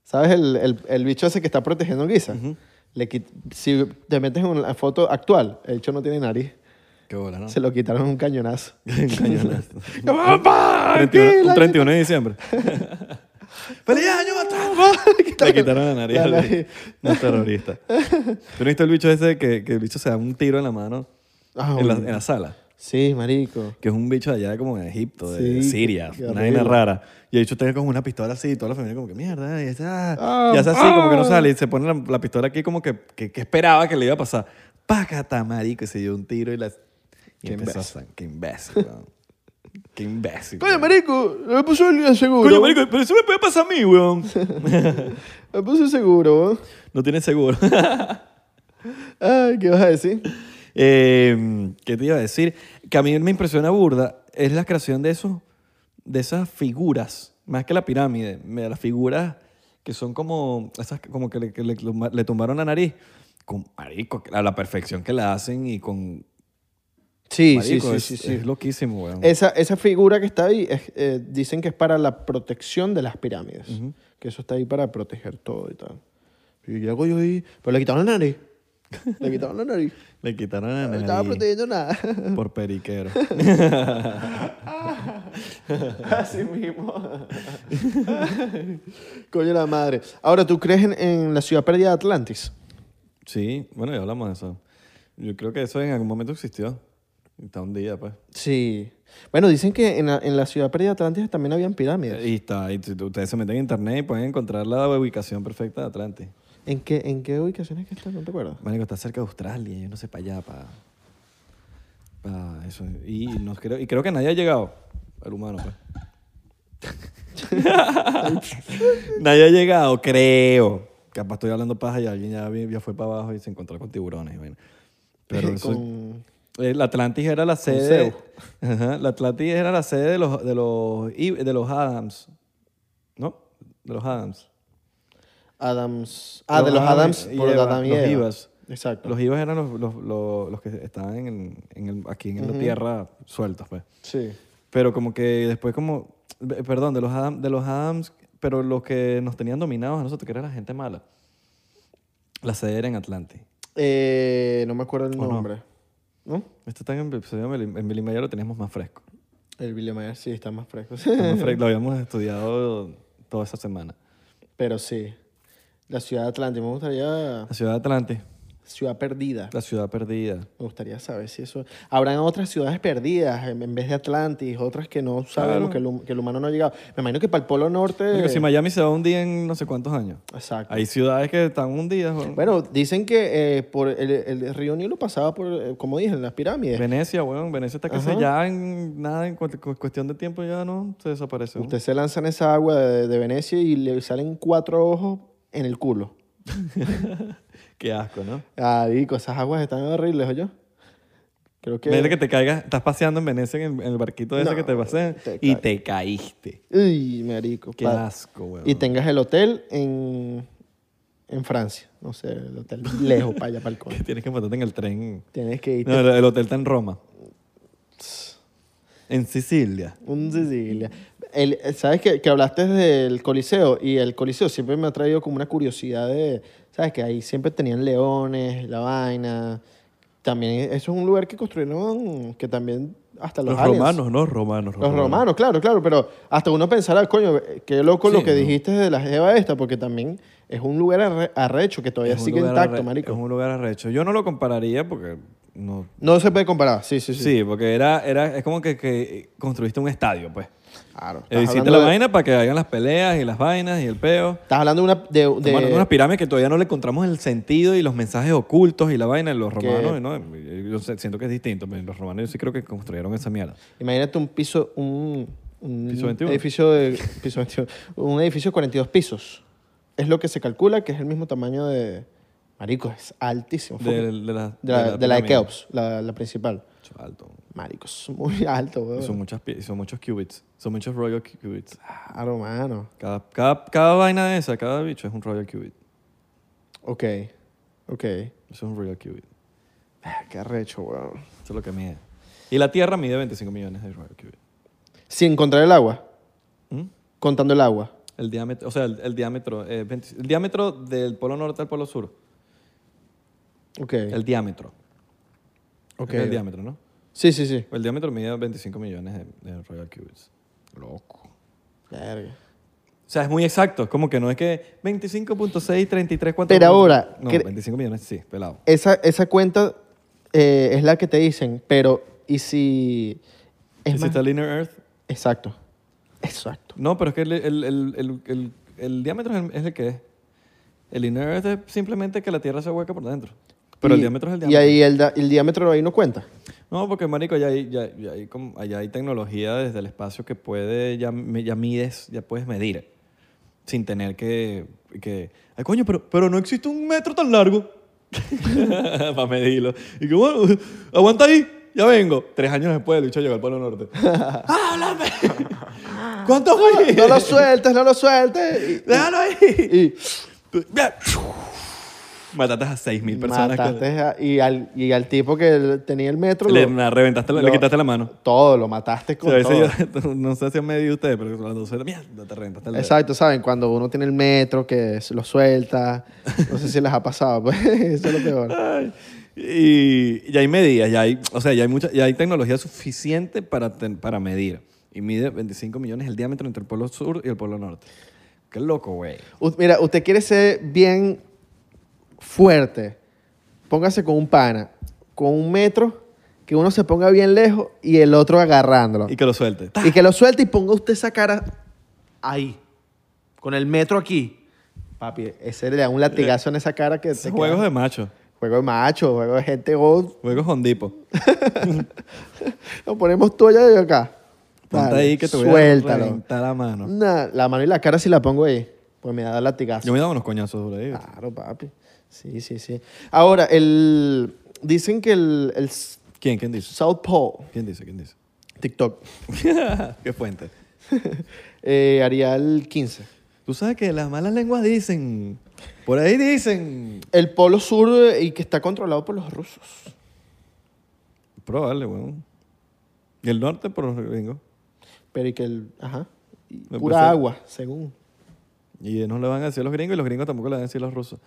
¿Sabes el, el- el bicho ese que está protegiendo Giza? Le quit- si te metes en la foto actual, el bicho no tiene nariz.
Qué bola, ¿no?
Se lo quitaron un cañonazo.
Ah. Un cañonazo.
¡Papá! aquí
31,
la-
un 31 de diciembre. ¡Feliz año, Batalla! Le quitaron la nariz.
La
al-
nariz.
No es terrorista. ¿Tú no viste el bicho ese que, que el bicho se da un tiro en la mano
Ah,
en, la,
bueno.
en la sala?
Sí, marico.
Que es un bicho de allá como de Egipto, de
Sí,
Siria,
qué
una vaina
horrible.
rara. Y el bicho tiene como una pistola así y toda la familia como que mierda. Y, hace, ah,
Ah,
y hace así como que no
ah.
sale y se pone la, la pistola aquí como que, que, que esperaba que le iba a pasar. Pácata, marico. Y se dio un tiro y la... y
Qué
empezó a
imbécil.
sang- Qué imbécil, weón. Qué imbécil.
Coño, marico, le puso el seguro.
Coño, marico, pero eso me puede pasar a mí, weón.
Le puso el seguro. ¿no?
No tienes seguro.
Ay, ¿qué vas a decir?
Eh, ¿Qué te iba a decir? Que a mí me impresiona burda es la creación de, esos, de esas figuras, más que la pirámide, me- las figuras que son como esas que- como que le, que le- le tumbaron la nariz. Con marico, a la perfección que la hacen y con
Sí,
marico,
sí,
es,
sí, sí, Eh, sí.
es loquísimo, weón.
Esa, esa figura que está ahí, es- eh, dicen que es para la protección de las pirámides. Que eso está ahí para proteger todo y tal. Y llego yo ahí, pero le quitaron la nariz. Le quitaron la nariz.
Le quitaron
No
la
estaba
nariz
protegiendo nada.
por periquero.
Así mismo. Coño la madre. Ahora, ¿tú crees en, en la ciudad perdida de Atlantis?
sí, bueno, ya hablamos de eso. Yo creo que eso en algún momento existió. Está un día, pues.
Sí. Bueno, dicen que en la, en la ciudad perdida de Atlantis también habían pirámides.
Y está, y t- ustedes se meten en internet y pueden encontrar la ubicación perfecta de Atlantis.
¿En qué, ¿En qué ubicación es que está? No te acuerdas.
Marico, está cerca de Australia, yo no sé, para allá, para... para eso. Y, no creo, y creo que nadie ha llegado, el humano, pues. nadie ha llegado, creo. Capaz estoy hablando paja y alguien ya, vi- ya fue para abajo y se encontró con tiburones. y vaina. Pero eso-
Con-
eh, La Atlantis era la sede.
Zeus.
Ajá, la Atlantis era la sede de los, de los, I- de los Adams. ¿No? De los Adams.
Adams. Ah, de los Adams
y
por
Eva,
Adam y
los
Eva.
Ivas.
Exacto.
Los Ivas eran los, los, los- los que estaban en, en el- aquí en la tierra sueltos, pues.
Sí.
Pero como que después como... eh, Perdón, de los, Adam- de los Adams, pero los que nos tenían dominados a nosotros, que era la gente mala. La sede era en Atlantis.
Eh, no me acuerdo el
no?
nombre. ¿No?
Esto está en, en, en Vilimayor lo teníamos más fresco.
El Billy Mayer sí está más fresco.
Está más fresco, Lo habíamos estudiado toda esa semana.
Pero sí. La ciudad de Atlántico. Me gustaría.
La ciudad de Atlantis,
Ciudad perdida.
la ciudad perdida.
Me gustaría saber si eso... Habrán otras ciudades perdidas en en vez de Atlantis, otras que no sabemos,
Claro.
que, el, hum- que el humano no ha llegado. Me imagino que para el Polo Norte...
Marico, si Miami se va un día en no sé cuántos años.
Exacto.
Hay ciudades que están hundidas. weón.
Bueno, dicen que eh, por el, el río Nilo pasaba por, eh, como dije, en las pirámides.
Venecia, weón. Venecia está que se ya en nada, en cu- cu- cuestión de tiempo ya no se desaparece. weón.
Usted se lanza en esa agua de, de Venecia y le salen cuatro ojos en el culo.
Qué asco, ¿no?
Ah, dico, esas aguas están horribles, oye. Creo que...
Imagínate que te caigas, estás paseando en Venecia en el, en el barquito ese
No,
que te pasean
te
y
caes.
te caíste.
Uy, marico.
Qué
pa-
asco, weón.
Y tengas el hotel en, en Francia. No sé, el hotel lejos para allá, para el coño.
Que tienes que montarte en el tren.
Tienes que irte
No, el, el hotel está en Roma. En Sicilia.
un Sicilia. El- ¿Sabes que, que hablaste del Coliseo? Y el Coliseo siempre me ha traído como una curiosidad de... ¿Sabes que ahí siempre tenían leones, la vaina? También eso es un lugar que construyeron que también hasta los,
Los,
aliens.
romanos, ¿no? Romanos.
Los romanos, claro, claro, pero hasta uno pensará, coño, eh, qué loco
Sí,
lo que
¿no?
dijiste de la jeva esta, porque también es un lugar arre- arrecho que todavía
Es un
sigue
lugar
intacto,
arre-
marico.
Es un lugar arrecho. Yo no lo compararía porque no,
No se puede comparar, sí, sí, sí.
Sí, porque era, era, es como que, que construiste un estadio, pues.
Claro. estás
Eh, hiciste
hablando
la
de-
vaina para que hagan las peleas y las vainas y el peo.
Estás hablando de una... de- de-
Estamos hablando de unas pirámides que todavía no le encontramos el sentido y los mensajes ocultos y la vaina. Los
Que-
romanos, ¿no? yo sé- siento que es distinto, pero los romanos yo sí creo que construyeron esa mierda.
Imagínate un piso, un, un
Piso 21.
edificio de piso 21, un edificio de 42 pisos. Es lo que se calcula que es el mismo tamaño de Marico, es altísimo.
De,
fucking-
de la,
de la, de la de
pirámide.
Keops, la, la principal.
Mucho alto.
Marico, es muy alto,
Y Son,
weón.
muchas, pi- y son muchos qubits. Son muchos royal qubits.
Claro, mano.
Cada, cada, cada vaina de esa, cada bicho es un royal qubit.
Ok, ok.
Eso es un royal qubit.
Ah, Qué arrecho, weón.
Eso es lo que mide. Y la Tierra mide 25 millones de royal qubits.
Sin contar el agua,
¿Mm?
contando el agua.
El diámetro, o sea, el, el diámetro, eh, 20 el diámetro del polo norte al polo sur.
Ok.
El diámetro.
ok.
El diámetro, ¿no?
Sí, sí, sí.
El diámetro mide 25 millones de, de royal cubits. Loco.
Verga.
O sea, es muy exacto. Es como que no es que 25.633, ¿cuánto?
Pero ahora,
No,
cre-
25 millones, sí, pelado.
esa, esa cuenta eh, es la que te dicen, pero ¿y si es
¿Y si
más?
está linear Earth?
Exacto. Exacto.
No, pero es que el, el- el- el- el- el diámetro es el, es el que es. El linear Earth es simplemente que la Tierra se hueca por dentro. Pero el
Y-
diámetro es el
Y
diámetro.
ahí el, da- el diámetro ahí no cuenta.
No, porque marico, ya hay, ya, ya hay como- allá hay tecnología desde el espacio que puede, ya, me- ya mides, ya puedes medir. Sin tener que, que ay coño, pero, pero no existe un metro tan largo para medirlo. Y que bueno, aguanta ahí, ya vengo. Tres años después el bicho llegó al Polo Norte. ¡Háblame! ¿Cuánto fue?
No lo sueltes, no lo sueltes.
¡Déjalo ahí!
Y, y
Mataste a 6.000 personas. que-
mataste a- y, al, y al tipo que el- tenía el metro,
le,
lo-
na- reventaste la- le
lo-
quitaste la mano.
todo, lo mataste con
Sí, a veces
todo.
yo- no sé si han medido ustedes, pero cuando suena, mierda, te reventaste el dedo.
Exacto, ¿saben? Cuando uno tiene el metro que se lo suelta. No sé si les ha pasado, pues eso es lo peor.
Ay, Y ya hay medidas, ya hay, o sea, ya hay, mucha, ya hay tecnología suficiente para, ten- para medir. Y mide 25 millones el diámetro entre el polo sur y el polo norte. Qué loco, güey.
U- Mira, usted quiere ser bien fuerte. Póngase con un pana, con un metro, que uno se ponga bien lejos y el otro agarrándolo.
Y que lo suelte.
Y que lo suelte y ponga usted esa cara ahí, con el metro aquí. Papi, ese le da un latigazo en esa cara que te
Juegos
queda-
de macho.
Juego de macho, juego de gente gold.
Juegos hondipo.
Lo ponemos tú allá y yo acá.
Ponte
Dale,
ahí que te voy a
Suéltalo.
reventar la mano.
Nah, la mano y la cara si la pongo ahí, pues me da latigazo.
Yo me daba unos coñazos por ahí.
Claro, papi. Sí, sí, sí. Ahora, el... dicen que el, el S-
¿Quién? ¿Quién dice?
South Pole,
¿Quién dice? ¿Quién dice?
TikTok,
¿Qué fuente?
eh, haría el 15.
Tú sabes que las malas lenguas dicen. Por ahí dicen.
El Polo Sur eh, y que está controlado por los rusos.
Probable, weón. Y el norte por los gringos.
Pero y que el... Ajá. Y
Me
Pura
puse-
agua, según.
Y no le van a decir a los gringos y los gringos tampoco le van a decir a los rusos.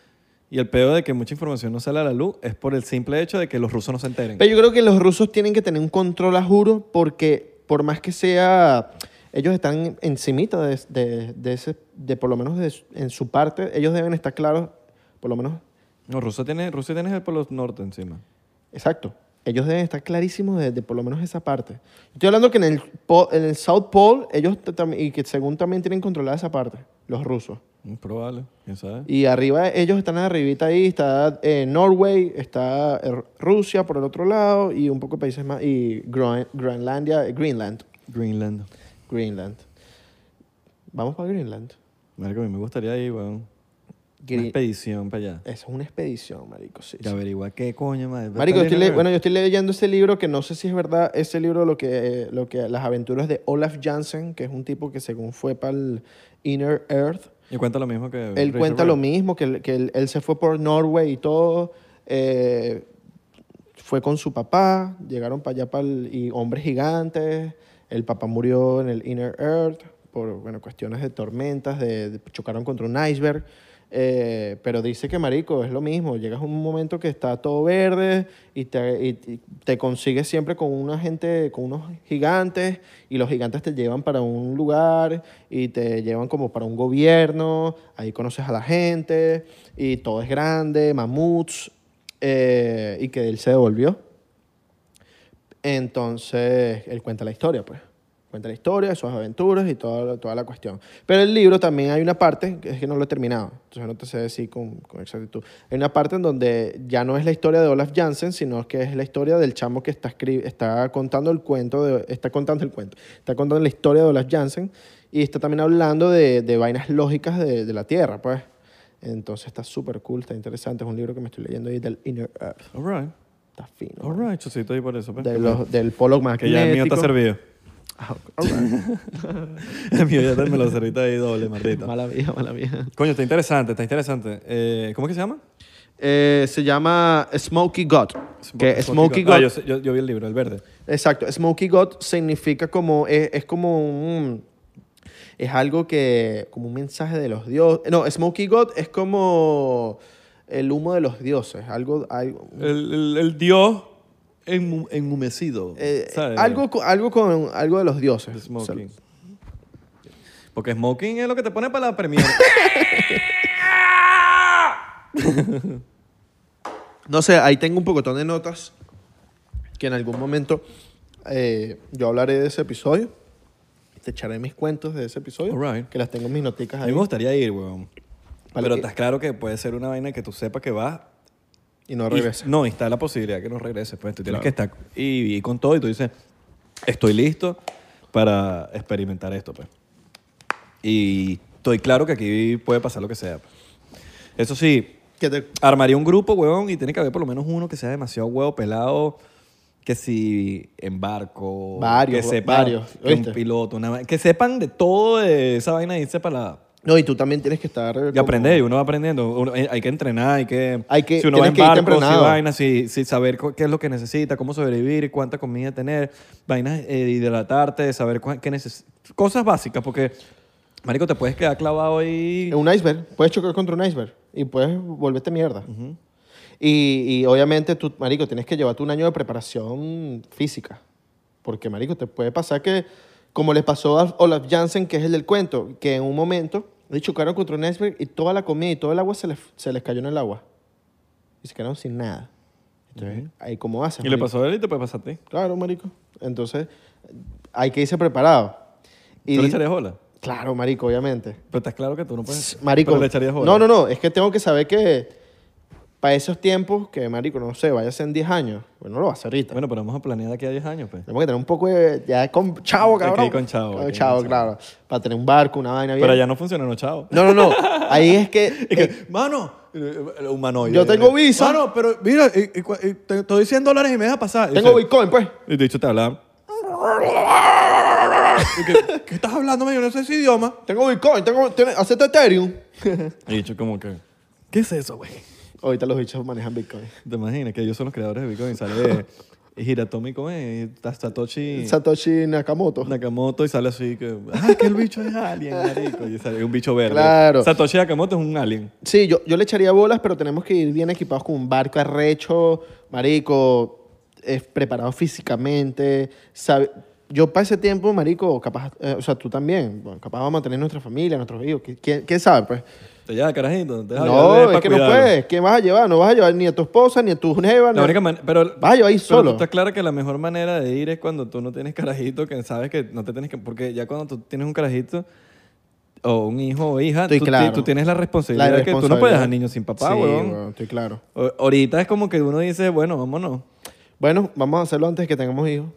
Y el peor de que mucha información no sale a la luz es por el simple hecho de que los rusos no se enteren.
Pero yo creo que los rusos tienen que tener un control a juro porque por más que sea, ellos están encimita de, de, de ese, de por lo menos de su- en su parte, ellos deben estar claros, por lo menos,
No, Rusia tiene, Rusia tiene el polo norte encima.
exacto, ellos deben estar clarísimos de, de por lo menos esa parte. Estoy hablando que en el, po- en el South Pole, ellos t- tam- y que según también tienen controlada esa parte, los rusos.
Mm, Probable, quién sabe.
Y arriba, ellos están arribita ahí, está eh, Norway, está eh, Rusia por el otro lado y un poco de países más, y Groen- Groenlandia, eh, Greenland.
Greenland.
Greenland. Vamos para Greenland.
Marico, a mí me gustaría ir, weón. Una
Gre-
expedición para allá.
Esa es una expedición, marico. Sí,
Y
sí.
averigua qué coño, madre.
Marico,
Está
estoy le-
leyendo-
bueno, yo estoy leyendo ese libro que no sé si es verdad. Ese libro, lo que, lo que las aventuras de Olaf Jansen, que es un tipo que según fue para el Inner Earth,
Y cuenta lo mismo que.
él
Richard
cuenta lo
Wright.
mismo, que, él- que él, él se fue por Norway y todo. eh, fue con su papá, llegaron para allá para y hombres gigantes. El papá murió en el Inner Earth por bueno, cuestiones de tormentas, de, de- chocaron contra un iceberg. eh, pero dice que, marico, es lo mismo. Llegas a un momento que está todo verde y te, y- y te consigues siempre con una gente, con unos gigantes y los gigantes te llevan para un lugar y te llevan como para un gobierno. Ahí conoces a la gente y todo es grande, mamuts eh, y que él se devolvió. Entonces, él cuenta la historia, pues. Cuenta la historia, sus aventuras y toda, toda la cuestión. Pero el libro también hay una parte, que es que no lo he terminado, entonces no te sé decir con, con exactitud. Hay una parte en donde ya no es la historia de Olaf Jansen, sino que es la historia del chamo que está, escri- está contando el cuento, de, está contando el cuento, está contando la historia de Olaf Jansen y está también hablando de, de vainas lógicas de, de la Tierra, pues. Entonces está súper cool, está interesante, es un libro que me estoy leyendo ahí del Inner Earth.
All right.
Está fino.
All right, chocito ahí por eso. pues.
De los- del polo
Que
magnético.
ya el mío está servido.
Ah, all right.
El mío ya te- me lo serviste ahí doble, maldito.
mala mía, mala mía.
Coño, está interesante, está interesante. Eh, ¿Cómo es que se llama?
Eh, se llama Smoky God. que Smoky God.
Ah, yo, sé- yo- yo vi el libro, el verde.
Exacto. Smoky God significa como. Es, es como un. Es algo que. Como un mensaje de los dioses. No, Smoky God es como. El humo de los dioses. Algo. algo
El, el, el dios enmu- enhumecido.
eh,
¿sabes?
algo, co- algo con algo de los dioses.
Smoking.
O sea,
Porque smoking es lo que te pone para la premier.
no sé, ahí tengo un pocotón de notas que en algún momento eh, yo hablaré de ese episodio. Te echaré mis cuentos de ese episodio.
All right.
Que las tengo en mis noticas
A mí
ahí.
me gustaría ir, weón.
Vale,
Pero
que-
estás claro que puede ser una vaina que tú sepas que vas.
Y no
y-
regreses.
no, y está la posibilidad que no regreses. Pues tú tienes
Claro.
que estar y, y con todo y tú dices, estoy listo para experimentar esto, pues. Y estoy claro que aquí puede pasar lo que sea. pues. Eso sí,
Que te-
armaría un grupo, weón, y tiene que haber por lo menos uno que sea demasiado huevo pelado. Que si en barco.
Varios,
que sepa
varios,
que un
¿oíste?
piloto, una va- que sepan de todo de esa vaina y sepa la.
No, y tú también tienes que estar.
Y aprender, y uno va aprendiendo. Uno- eh, hay que entrenar, hay que.
Hay que-
si uno va
tienes
en
que irte
barco, si
entrenado.
vaina, si, si saber co- qué es lo que necesita, cómo sobrevivir, cuánta comida tener, vainas, eh, hidratarte, saber cua- qué neces- Cosas básicas, porque, Marico, te puedes quedar clavado ahí.
En un iceberg. Puedes chocar contra un iceberg y puedes volverte mierda. y, y obviamente tú, marico, tienes que llevarte un año de preparación física. Porque, marico, te puede pasar que, como le pasó a Olaf Jansen, que es el del cuento, que en un momento le chocaron contra un iceberg y toda la comida y todo el agua se les, se les cayó en el agua. Y se quedaron sin nada. Entonces, ahí cómo haces.
Y le
marico?
pasó a él y te puede pasar a ti.
Claro, marico. Entonces, hay que irse preparado.
¿Tú le
di-
echarías bola?
Claro, marico, obviamente.
Pero estás claro que tú no puedes.
Pues, Marico.
Pero le echarías bola.
No, no, no. Es que tengo que saber que para esos tiempos, que marico, no sé, vaya a ser en 10 años. Bueno, no lo va a hacer ahorita.
Bueno, pero vamos a planear de aquí a 10 años, pues.
Tenemos que tener un poco de... Ya con chavo,
Aquí
cabrón.
con chavo,
Con
aquí
chavo,
con
claro. Para tener un barco, una vaina bien.
Pero allá no funcionó, no, chao.
No, no, no. Ahí es que... eh,
Y que, mano, eh, eh, humanoide.
Yo tengo visa.
Mano, pero mira, eh, eh, cua- eh, te te doy 100 dólares y me deja pasar. Y
tengo
dice-
Bitcoin, pues.
Y de hecho te hablaba. Y que, ¿Qué estás hablando, man? Yo no sé ese idioma.
Tengo Bitcoin. Tengo... tiene- Acepta Ethereum.
Y dicho como que, ¿qué es eso, güey?
Ahorita los bichos manejan Bitcoin.
¿Te imaginas que ellos son los creadores de Bitcoin? Sale Hiratomi, ¿cómo es? Satoshi
Satoshi Nakamoto.
Nakamoto y sale así que, ah, que el bicho es alien, marico. Y sale un bicho verde.
Claro.
Satoshi Nakamoto es un alien.
Sí, yo, yo le echaría bolas, pero tenemos que ir bien equipados con un barco arrecho, marico, eh, preparado físicamente. sabe- Yo para ese tiempo, marico, capaz, eh, o sea, tú también, bueno, capaz vamos a tener nuestra familia, nuestros hijos, ¿qui- ¿quién, quién sabe, pues?
Te lleva carajito. Te deja llevar de-
no,
pa'
es que no
cuidarlo.
puedes, ¿quién vas a llevar? No vas a llevar ni a tu esposa, ni a tu neva, ni
La
a-
única man- pero,
Vas a llevar ahí
pero tú
solo.
estás claro que la mejor manera de ir es cuando tú no tienes carajito, que sabes que no te tienes que... Porque ya cuando tú tienes un carajito o un hijo o hija,
Estoy
tú, ti-
claro.
tú tienes la responsabilidad,
La
de que tú no puedes
irresponsabilidad.
dejar niños sin papá,
Sí,
huevón.
huevón, estoy claro.
O- Ahorita es como que uno dice, bueno, vámonos.
Bueno, vamos a hacerlo antes de que tengamos hijos.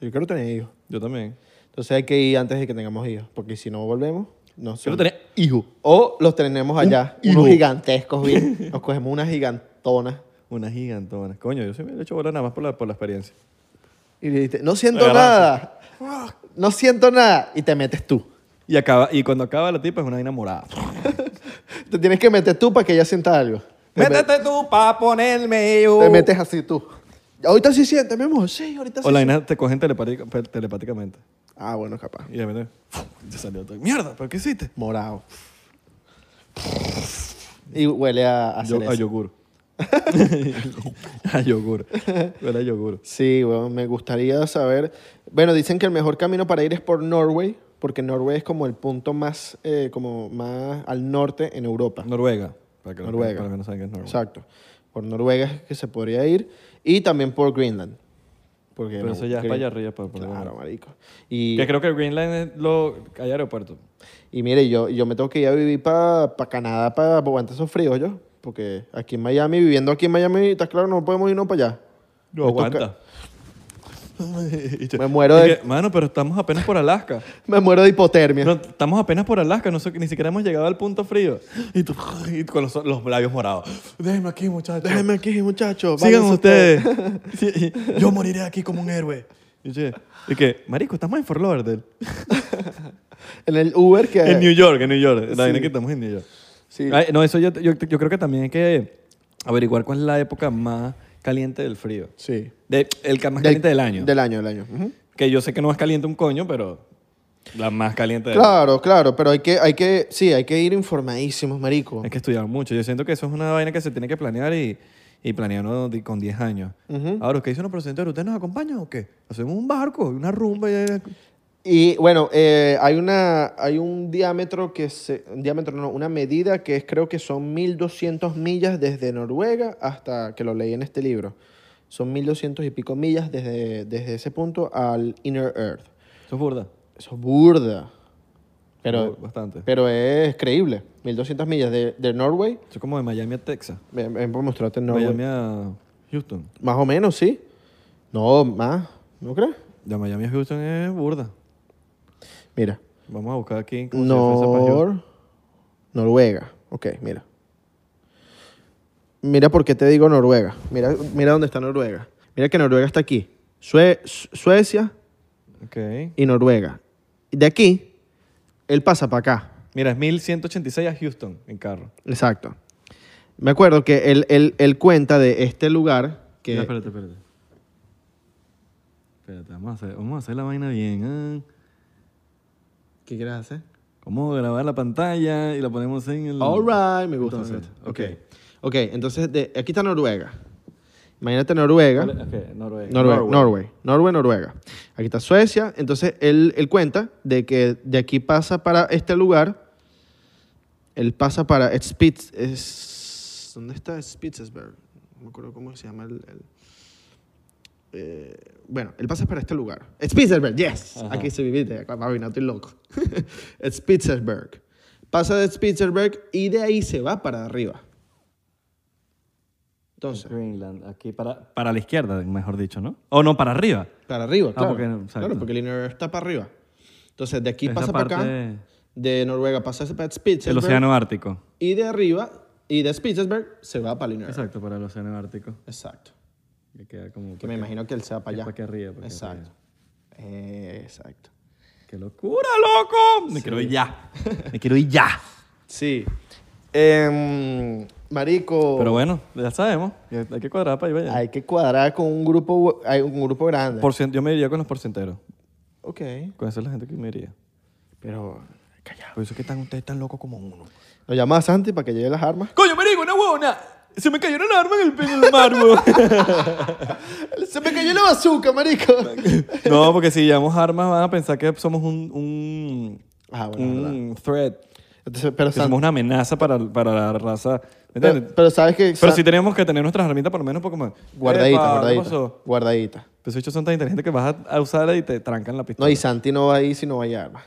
Yo quiero tener hijos.
Yo también.
Entonces hay que ir antes de que tengamos hijos, porque si no volvemos, no sé.
Quiero tener hijo.
O los tenemos allá,
higo.
unos gigantescos, bien. Nos cogemos unas gigantonas.
Una gigantona. Coño, yo sí me he hecho bola nada más por la, por la experiencia.
Y le dices, no siento
Agarraste.
nada. No siento nada. Y te metes tú.
Y, acaba, y cuando acaba la tipa es una vaina morada.
Te tienes que meter tú para que ella sienta algo. Te, me-
tú pa' ponerme yo.
te metes así tú. Ahorita sí siente, mi amor. Sí, ahorita sí.
O la vaina te cogen telepática- pe- telepáticamente.
siente. Ah, bueno, capaz.
Y de repente, te salió todo. Mierda, ¿pero qué hiciste?
Morado. Y huele a, a
Yo-
cereza.
a yogur. a yogur. Huele a yogur.
Sí, bueno, me gustaría saber. Bueno, dicen que el mejor camino para ir es por Norway, porque Norway es como el punto más, eh, como más al norte en Europa.
Noruega. Para que,
Noruega.
para que no saben que es Noruega.
Exacto. Por Noruega es que se podría ir y también por Greenland. Porque
Pero
no,
eso ya es
Green-
para allá arriba. Para, para-
Claro, marico. Y,
Que creo que Greenland es lo... Hay aeropuerto.
y mire, yo, yo me tengo que ir a vivir para Canadá para aguantar esos fríos yo. Porque aquí en Miami, viviendo aquí en Miami, estás claro, no podemos irnos para allá.
No
Me toca-
aguanta. Y yo-
Me muero
y
de-
que, Mano, pero estamos apenas por Alaska.
Me muero de hipotermia.
No, estamos apenas por Alaska, no sé- ni siquiera hemos llegado al punto frío. Y tú, y con los, los labios morados. Déjenme aquí, muchachos.
Déjenme aquí, muchachos.
Sigan
váyanse
ustedes. Sí, y yo moriré aquí como un héroe. Y yo, y que, marico, estamos en Fort Lauderdale.
En el Uber que...
En New York, en New York. La vaina que estamos en New York.
Sí.
Ay, no, eso yo, yo, yo creo que también hay que averiguar cuál es la época más caliente del frío.
Sí.
De- el ca- más caliente del año.
Del año, del año. Ujú.
Que yo sé que no es caliente un coño, pero la más caliente del
Claro, claro, pero hay que, hay que, sí, hay que ir informadísimos, marico.
Hay que estudiar mucho. Yo siento que eso es una vaina que se tiene que planear y, y planearlo di- con 10 años. Ahora, ¿qué dice una presentadora? ¿Ustedes nos acompañan o qué? Hacemos un barco, una rumba. y-
Y bueno, eh, hay, una, hay un diámetro que se, un diámetro no, una medida que es, creo que son 1200 millas desde Noruega hasta, que lo leí en este libro, son 1200 y pico millas desde, desde ese punto al Inner Earth.
Eso es burda.
Eso es burda, pero,
Bu- Bastante.
pero es creíble, 1200 millas de, de Norway,
Eso es como de Miami a Texas.
ven, ven por mostrarte Norway.
Miami a Houston.
Más o menos, sí. No, más, ¿no crees?
De Miami a Houston es burda.
Mira.
Vamos a buscar aquí. cómo se hace esa pa' Houston.
Nor... Noruega. Ok, mira. Mira por qué te digo Noruega. Mira, mira dónde está Noruega. Mira que Noruega está aquí. Sue- Su- Suecia
Ok.
y Noruega. Y De aquí, él pasa para acá.
Mira, es 1186 a Houston en carro.
Exacto. Me acuerdo que él, él- él cuenta de este lugar que...
Ya, espérate, espérate. Espérate, vamos a hacer, vamos a hacer la vaina bien. ah.
¿Qué quieres hacer?
Vamos a grabar la pantalla y la ponemos en el...
All right, me gusta. me
Entonces,
gusta. ok. Ok, entonces de, aquí está Noruega. Imagínate Noruega.
Ok, Noruega.
Noruega, Norway. Norway, Noruega. Aquí está Suecia. Entonces, él, él cuenta de que de aquí pasa para este lugar. Él pasa para Spitz... es- ¿Dónde está Spitzberg? No me acuerdo cómo se llama el... el- eh, bueno, el pase es para este lugar. Spitzenberg, yes. Aquí se viviste, acá, papi, no estoy loco. Spitzenberg. Pasa de Spitzenberg y de ahí se va para arriba. Entonces,
Greenland, aquí para, para la izquierda, mejor dicho, ¿no? O no, para arriba.
para arriba, claro.
Ah, porque no, exacto.
claro, porque el interior está para arriba. Entonces, de aquí
Es la
pasa para acá,
parte-
de Noruega pasa para
el
Spitzenberg.
océano Ártico.
Y de arriba, y de Spitzenberg, se va para el interior.
Exacto, para el océano Ártico.
Exacto.
Que queda como...
Que me imagino que él se va para
que
allá.
pa' que arriba, pa' que
Exacto. Eh, exacto.
¡Qué locura, loco! Me quiero ir ya. Me quiero ir ya.
Sí. Em, marico,
Pero bueno, ya sabemos. Oh. ya Hay que cuadrar para ir allá.
hay que cuadrar con un grupo, hay un grupo grande.
Por cien- yo me iría con los porcenteros.
Ok.
Con esa es la gente que me iría.
Pero, callado.
Por eso es que están ustedes tan locos como uno.
Lo llamas a Santi para que lleve las armas.
¡Coño, marico, una huevona! Se me cayó una arma en el, en el mar, huevón.
Se me cayó la bazooka, marico.
No, porque si llevamos armas van a pensar que somos un, un,
Ah, bueno, es
Mm.
verdad.
un threat.
Entonces, pero,
Que
San-
somos una amenaza para, para la raza. ¿Me entiendes?
pero, pero sabes que...
Pero
San-
sí tenemos que tener nuestras herramientas por lo menos Pokémon.
Guardadita,
Epa, ¿qué
guardadita.
pasó?
Guardadita.
Pues esos bichos son tan inteligentes que vas a, a usarla y te trancan la pistola.
No, y Santi no va ahí si no hay armas.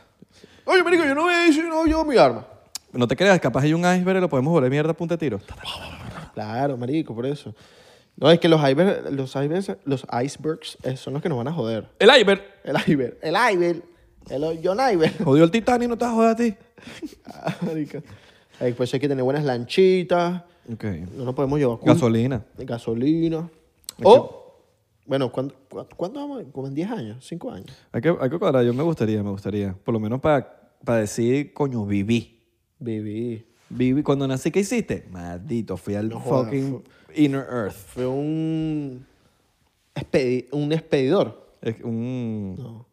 Oye, marico, yo no voy a ir si no llevo mi arma.
No te creas, capaz hay un iceberg y lo podemos volver mierda a punta de tiro.
Claro, marico, por eso. No, es que los icebergs, los icebergs, los icebergs eh, son los que nos van a joder.
El iceberg
El iceberg, el iceberg, el John iceberg.
jodió el Titanic, no te vas a joder a ti.
Ah, marica. Eh, Después hay que tener buenas lanchitas.
Ok.
No nos podemos llevar cul-
Gasolina.
Gasolina. O, bueno, ¿cuándo, cu- cuándo vamos? a- Como en 10 años, 5 años.
Hay que, hay que cuadrar. Yo me gustaría, me gustaría. Por lo menos para decir, coño, viví.
Viví.
Viví. Cuando nací, ¿qué hiciste? Maldito, fui al
jodas,
fucking inner earth.
Fue un, expedi- un expedidor.
Es un,
No.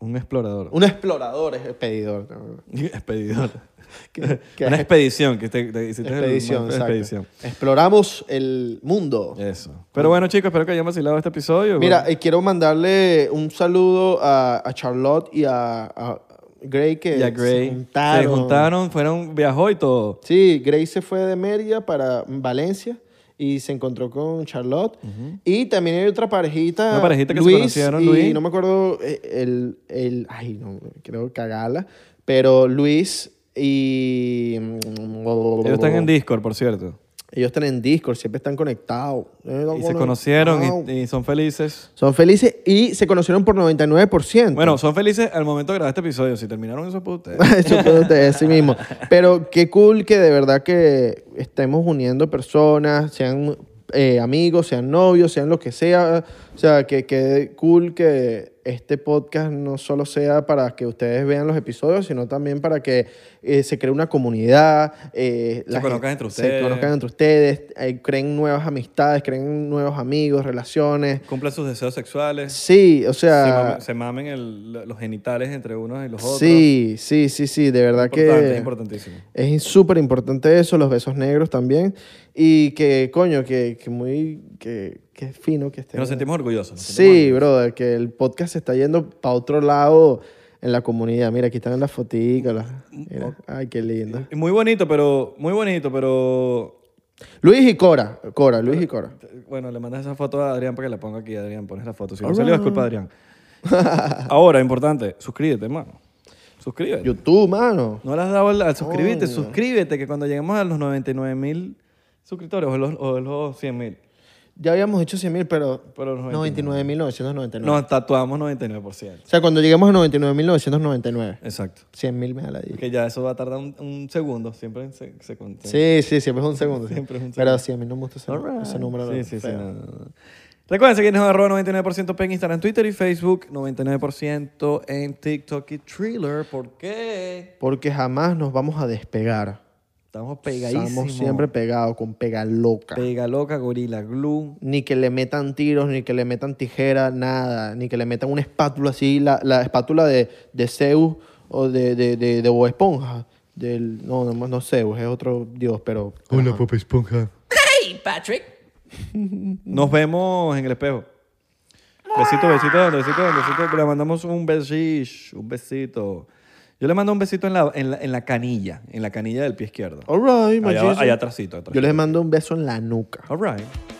un explorador.
Un explorador es expedidor. no, no.
expedidor.
¿Qué- qué
Una
es?
expedición que te, te hiciste. el-
Expedición,
una
exacto.
expedición. Eh,
Exploramos el mundo.
Eso. Pero bueno, chicos, espero que hayan vacilado este episodio.
Mira, eh, quiero mandarle un saludo a, a Charlotte y a, a Gray que
Bueno, ya Gray.
eh, se juntaron.
Se juntaron, fueron, viajó y todo.
Sí, Gray se fue de Mérida para Valencia y se encontró con Charlotte. Y también hay otra parejita.
Una parejita que se conocieron,
y
Luis.
no me acuerdo eh, el, el- Ay, no, quiero cagarla. Pero Luis y...
Ellos están en Discord, por cierto.
Ellos están en Discord, siempre están conectados.
Y se conocieron y, y son felices.
Son felices y se conocieron por 99%.
Bueno, son felices al momento de grabar este episodio. Si terminaron eso, pues ustedes.
Eso puede ustedes sí mismo. Pero qué cool que de verdad que estemos uniendo personas, sean eh, amigos, sean novios, sean lo que sea. O sea, que qué cool que este podcast no solo sea para que ustedes vean los episodios, sino también para que eh, se cree una comunidad. eh,
Se
la
conozcan
gente-
entre
Se
ustedes.
conozcan entre ustedes, eh, creen nuevas amistades, creen nuevos amigos, relaciones.
Cumplan sus deseos sexuales.
Sí, o sea...
se mamen, se mamen el- los genitales entre unos y los otros.
Sí, sí, sí, sí, de verdad
Importante,
que...
importantísimo.
Es súper importante eso, los besos negros también. Y que, coño, que, que muy. que, que fino que esté.
Que nos sentimos orgullosos. nos sentimos
Sí, brother, que el podcast se está yendo para otro lado en la comunidad. Mira, aquí están las fotitos. Ay, qué lindo.
orgullosos. Muy bonito, pero. Muy bonito, pero.
Luis y Cora. Cora, Luis y Cora.
Bueno, le mandas esa foto a Adrián para que la ponga aquí. Adrián, pones la foto. Si no salió, es culpa de Adrián. Ahora, importante, suscríbete, hermano. Suscríbete.
YouTube, mano.
No le has dado al, al suscribirte. Suscríbete, que cuando lleguemos a los 99 mil suscriptores o los, o los 100 mil,
Ya habíamos dicho 100 mil, pero.
Pero los
99.999.
nos tatuamos 99%.
O sea, cuando lleguemos a 99.999.
Exacto.
100 mil me da la idea.
Que ya eso va a tardar un, un segundo. Siempre se, se cuenta.
Sí, sí, siempre es un segundo. sí.
Siempre es un
Pero sí, a mí no me gusta ese,
Alright.
ese número.
Sí,
no,
sí, sí,
feo.
no, no, no. Recuerden seguirnos en arroba 99% P en Instagram, Twitter y Facebook, 99% en TikTok y Thriller. ¿Por qué?
Porque jamás nos vamos a despegar.
Estamos pegadísimos.
Estamos siempre pegados con pega loca.
Pega loca, gorila, glue.
ni que le metan tiros, ni que le metan tijera, nada. Ni que le metan una espátula así, la, la espátula de, de Zeus o de, de, de, de Bob Esponja. Del, no, no, no Zeus, es otro dios, pero...
Hola, Pop Esponja.
Nos vemos en el espejo. Besito, besito, besito, besito. Le mandamos un besish, un besito. Yo le mando un besito en la, en la, en la canilla, en la canilla del pie izquierdo.
All right,
Allá,
muchachos.
allá atrásito,
Yo
atrásito.
les mando un beso en la nuca.
All right.